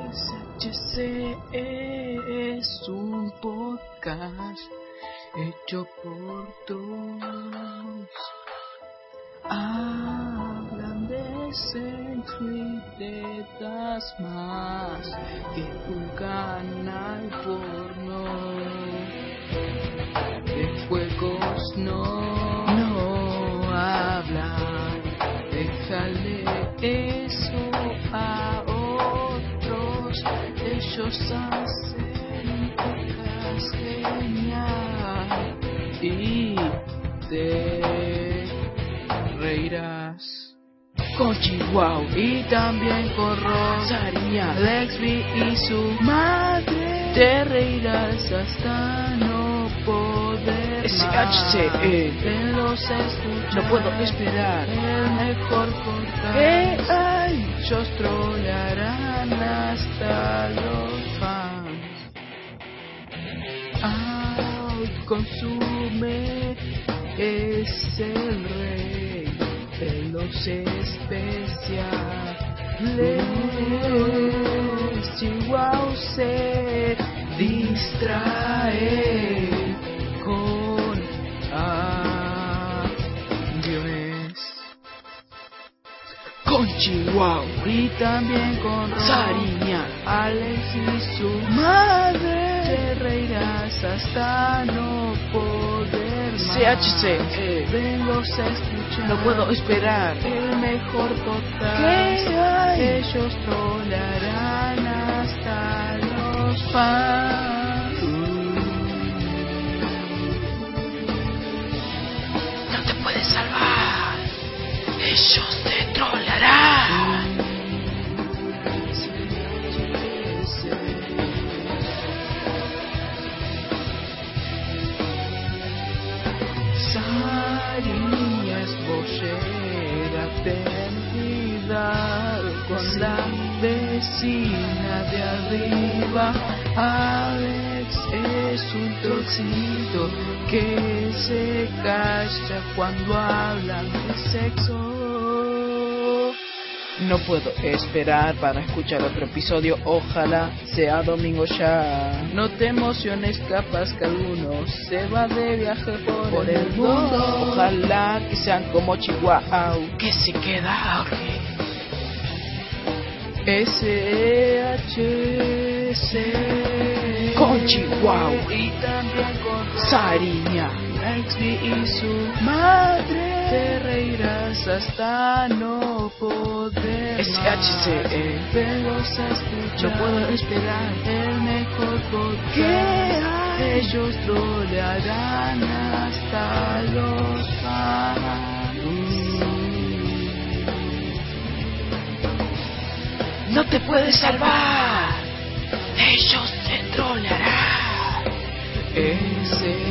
SHC es E un podcast hecho por dos. Hablan de sexo y tetas más que un canal porno. De juegos no, no hablan. Déjale eso a otros. Ellos hacen cosas genial y te reirás. Con Chihuahua y también con Rosaria, Lexby y su madre. Te reirás hasta no poder más. SHCE. Ven los escuchar. E No puedo esperar. El mejor podcast. ¡Eh, ay! Ellos trolearán hasta los fans. Ay, consume es el rey de los especiales. Chihuahua se distrae con ah, aviones. Con Chihuahua y también con Sariña, Alex y su madre. Te reirás hasta no poder más. CHC. Venlos a escuchar. No puedo esperar. El mejor podcast. ¿Qué hay? Ellos trolearán hasta los fans. No te puedes salvar. Ellos te trolearán. Sariña es bollera, ten cuidado con la vecina de arriba. Alex es un trocito que se calla cuando hablan de sexo. No puedo esperar para escuchar otro episodio, ojalá sea domingo ya. No te emociones, capaz que alguno se va de viaje por, por el mundo. Ojalá que sean como Chihuahua, que se queda E SHC con Chihuahua y también con Sariña, Nexby y su madre. Te reirás hasta no poder. SHC, velos a escuchar. E. No puedo esperar el mejor podcast. Ellos trolearán hasta los fans. No te puedes salvar. Ellos te trolearán. Ese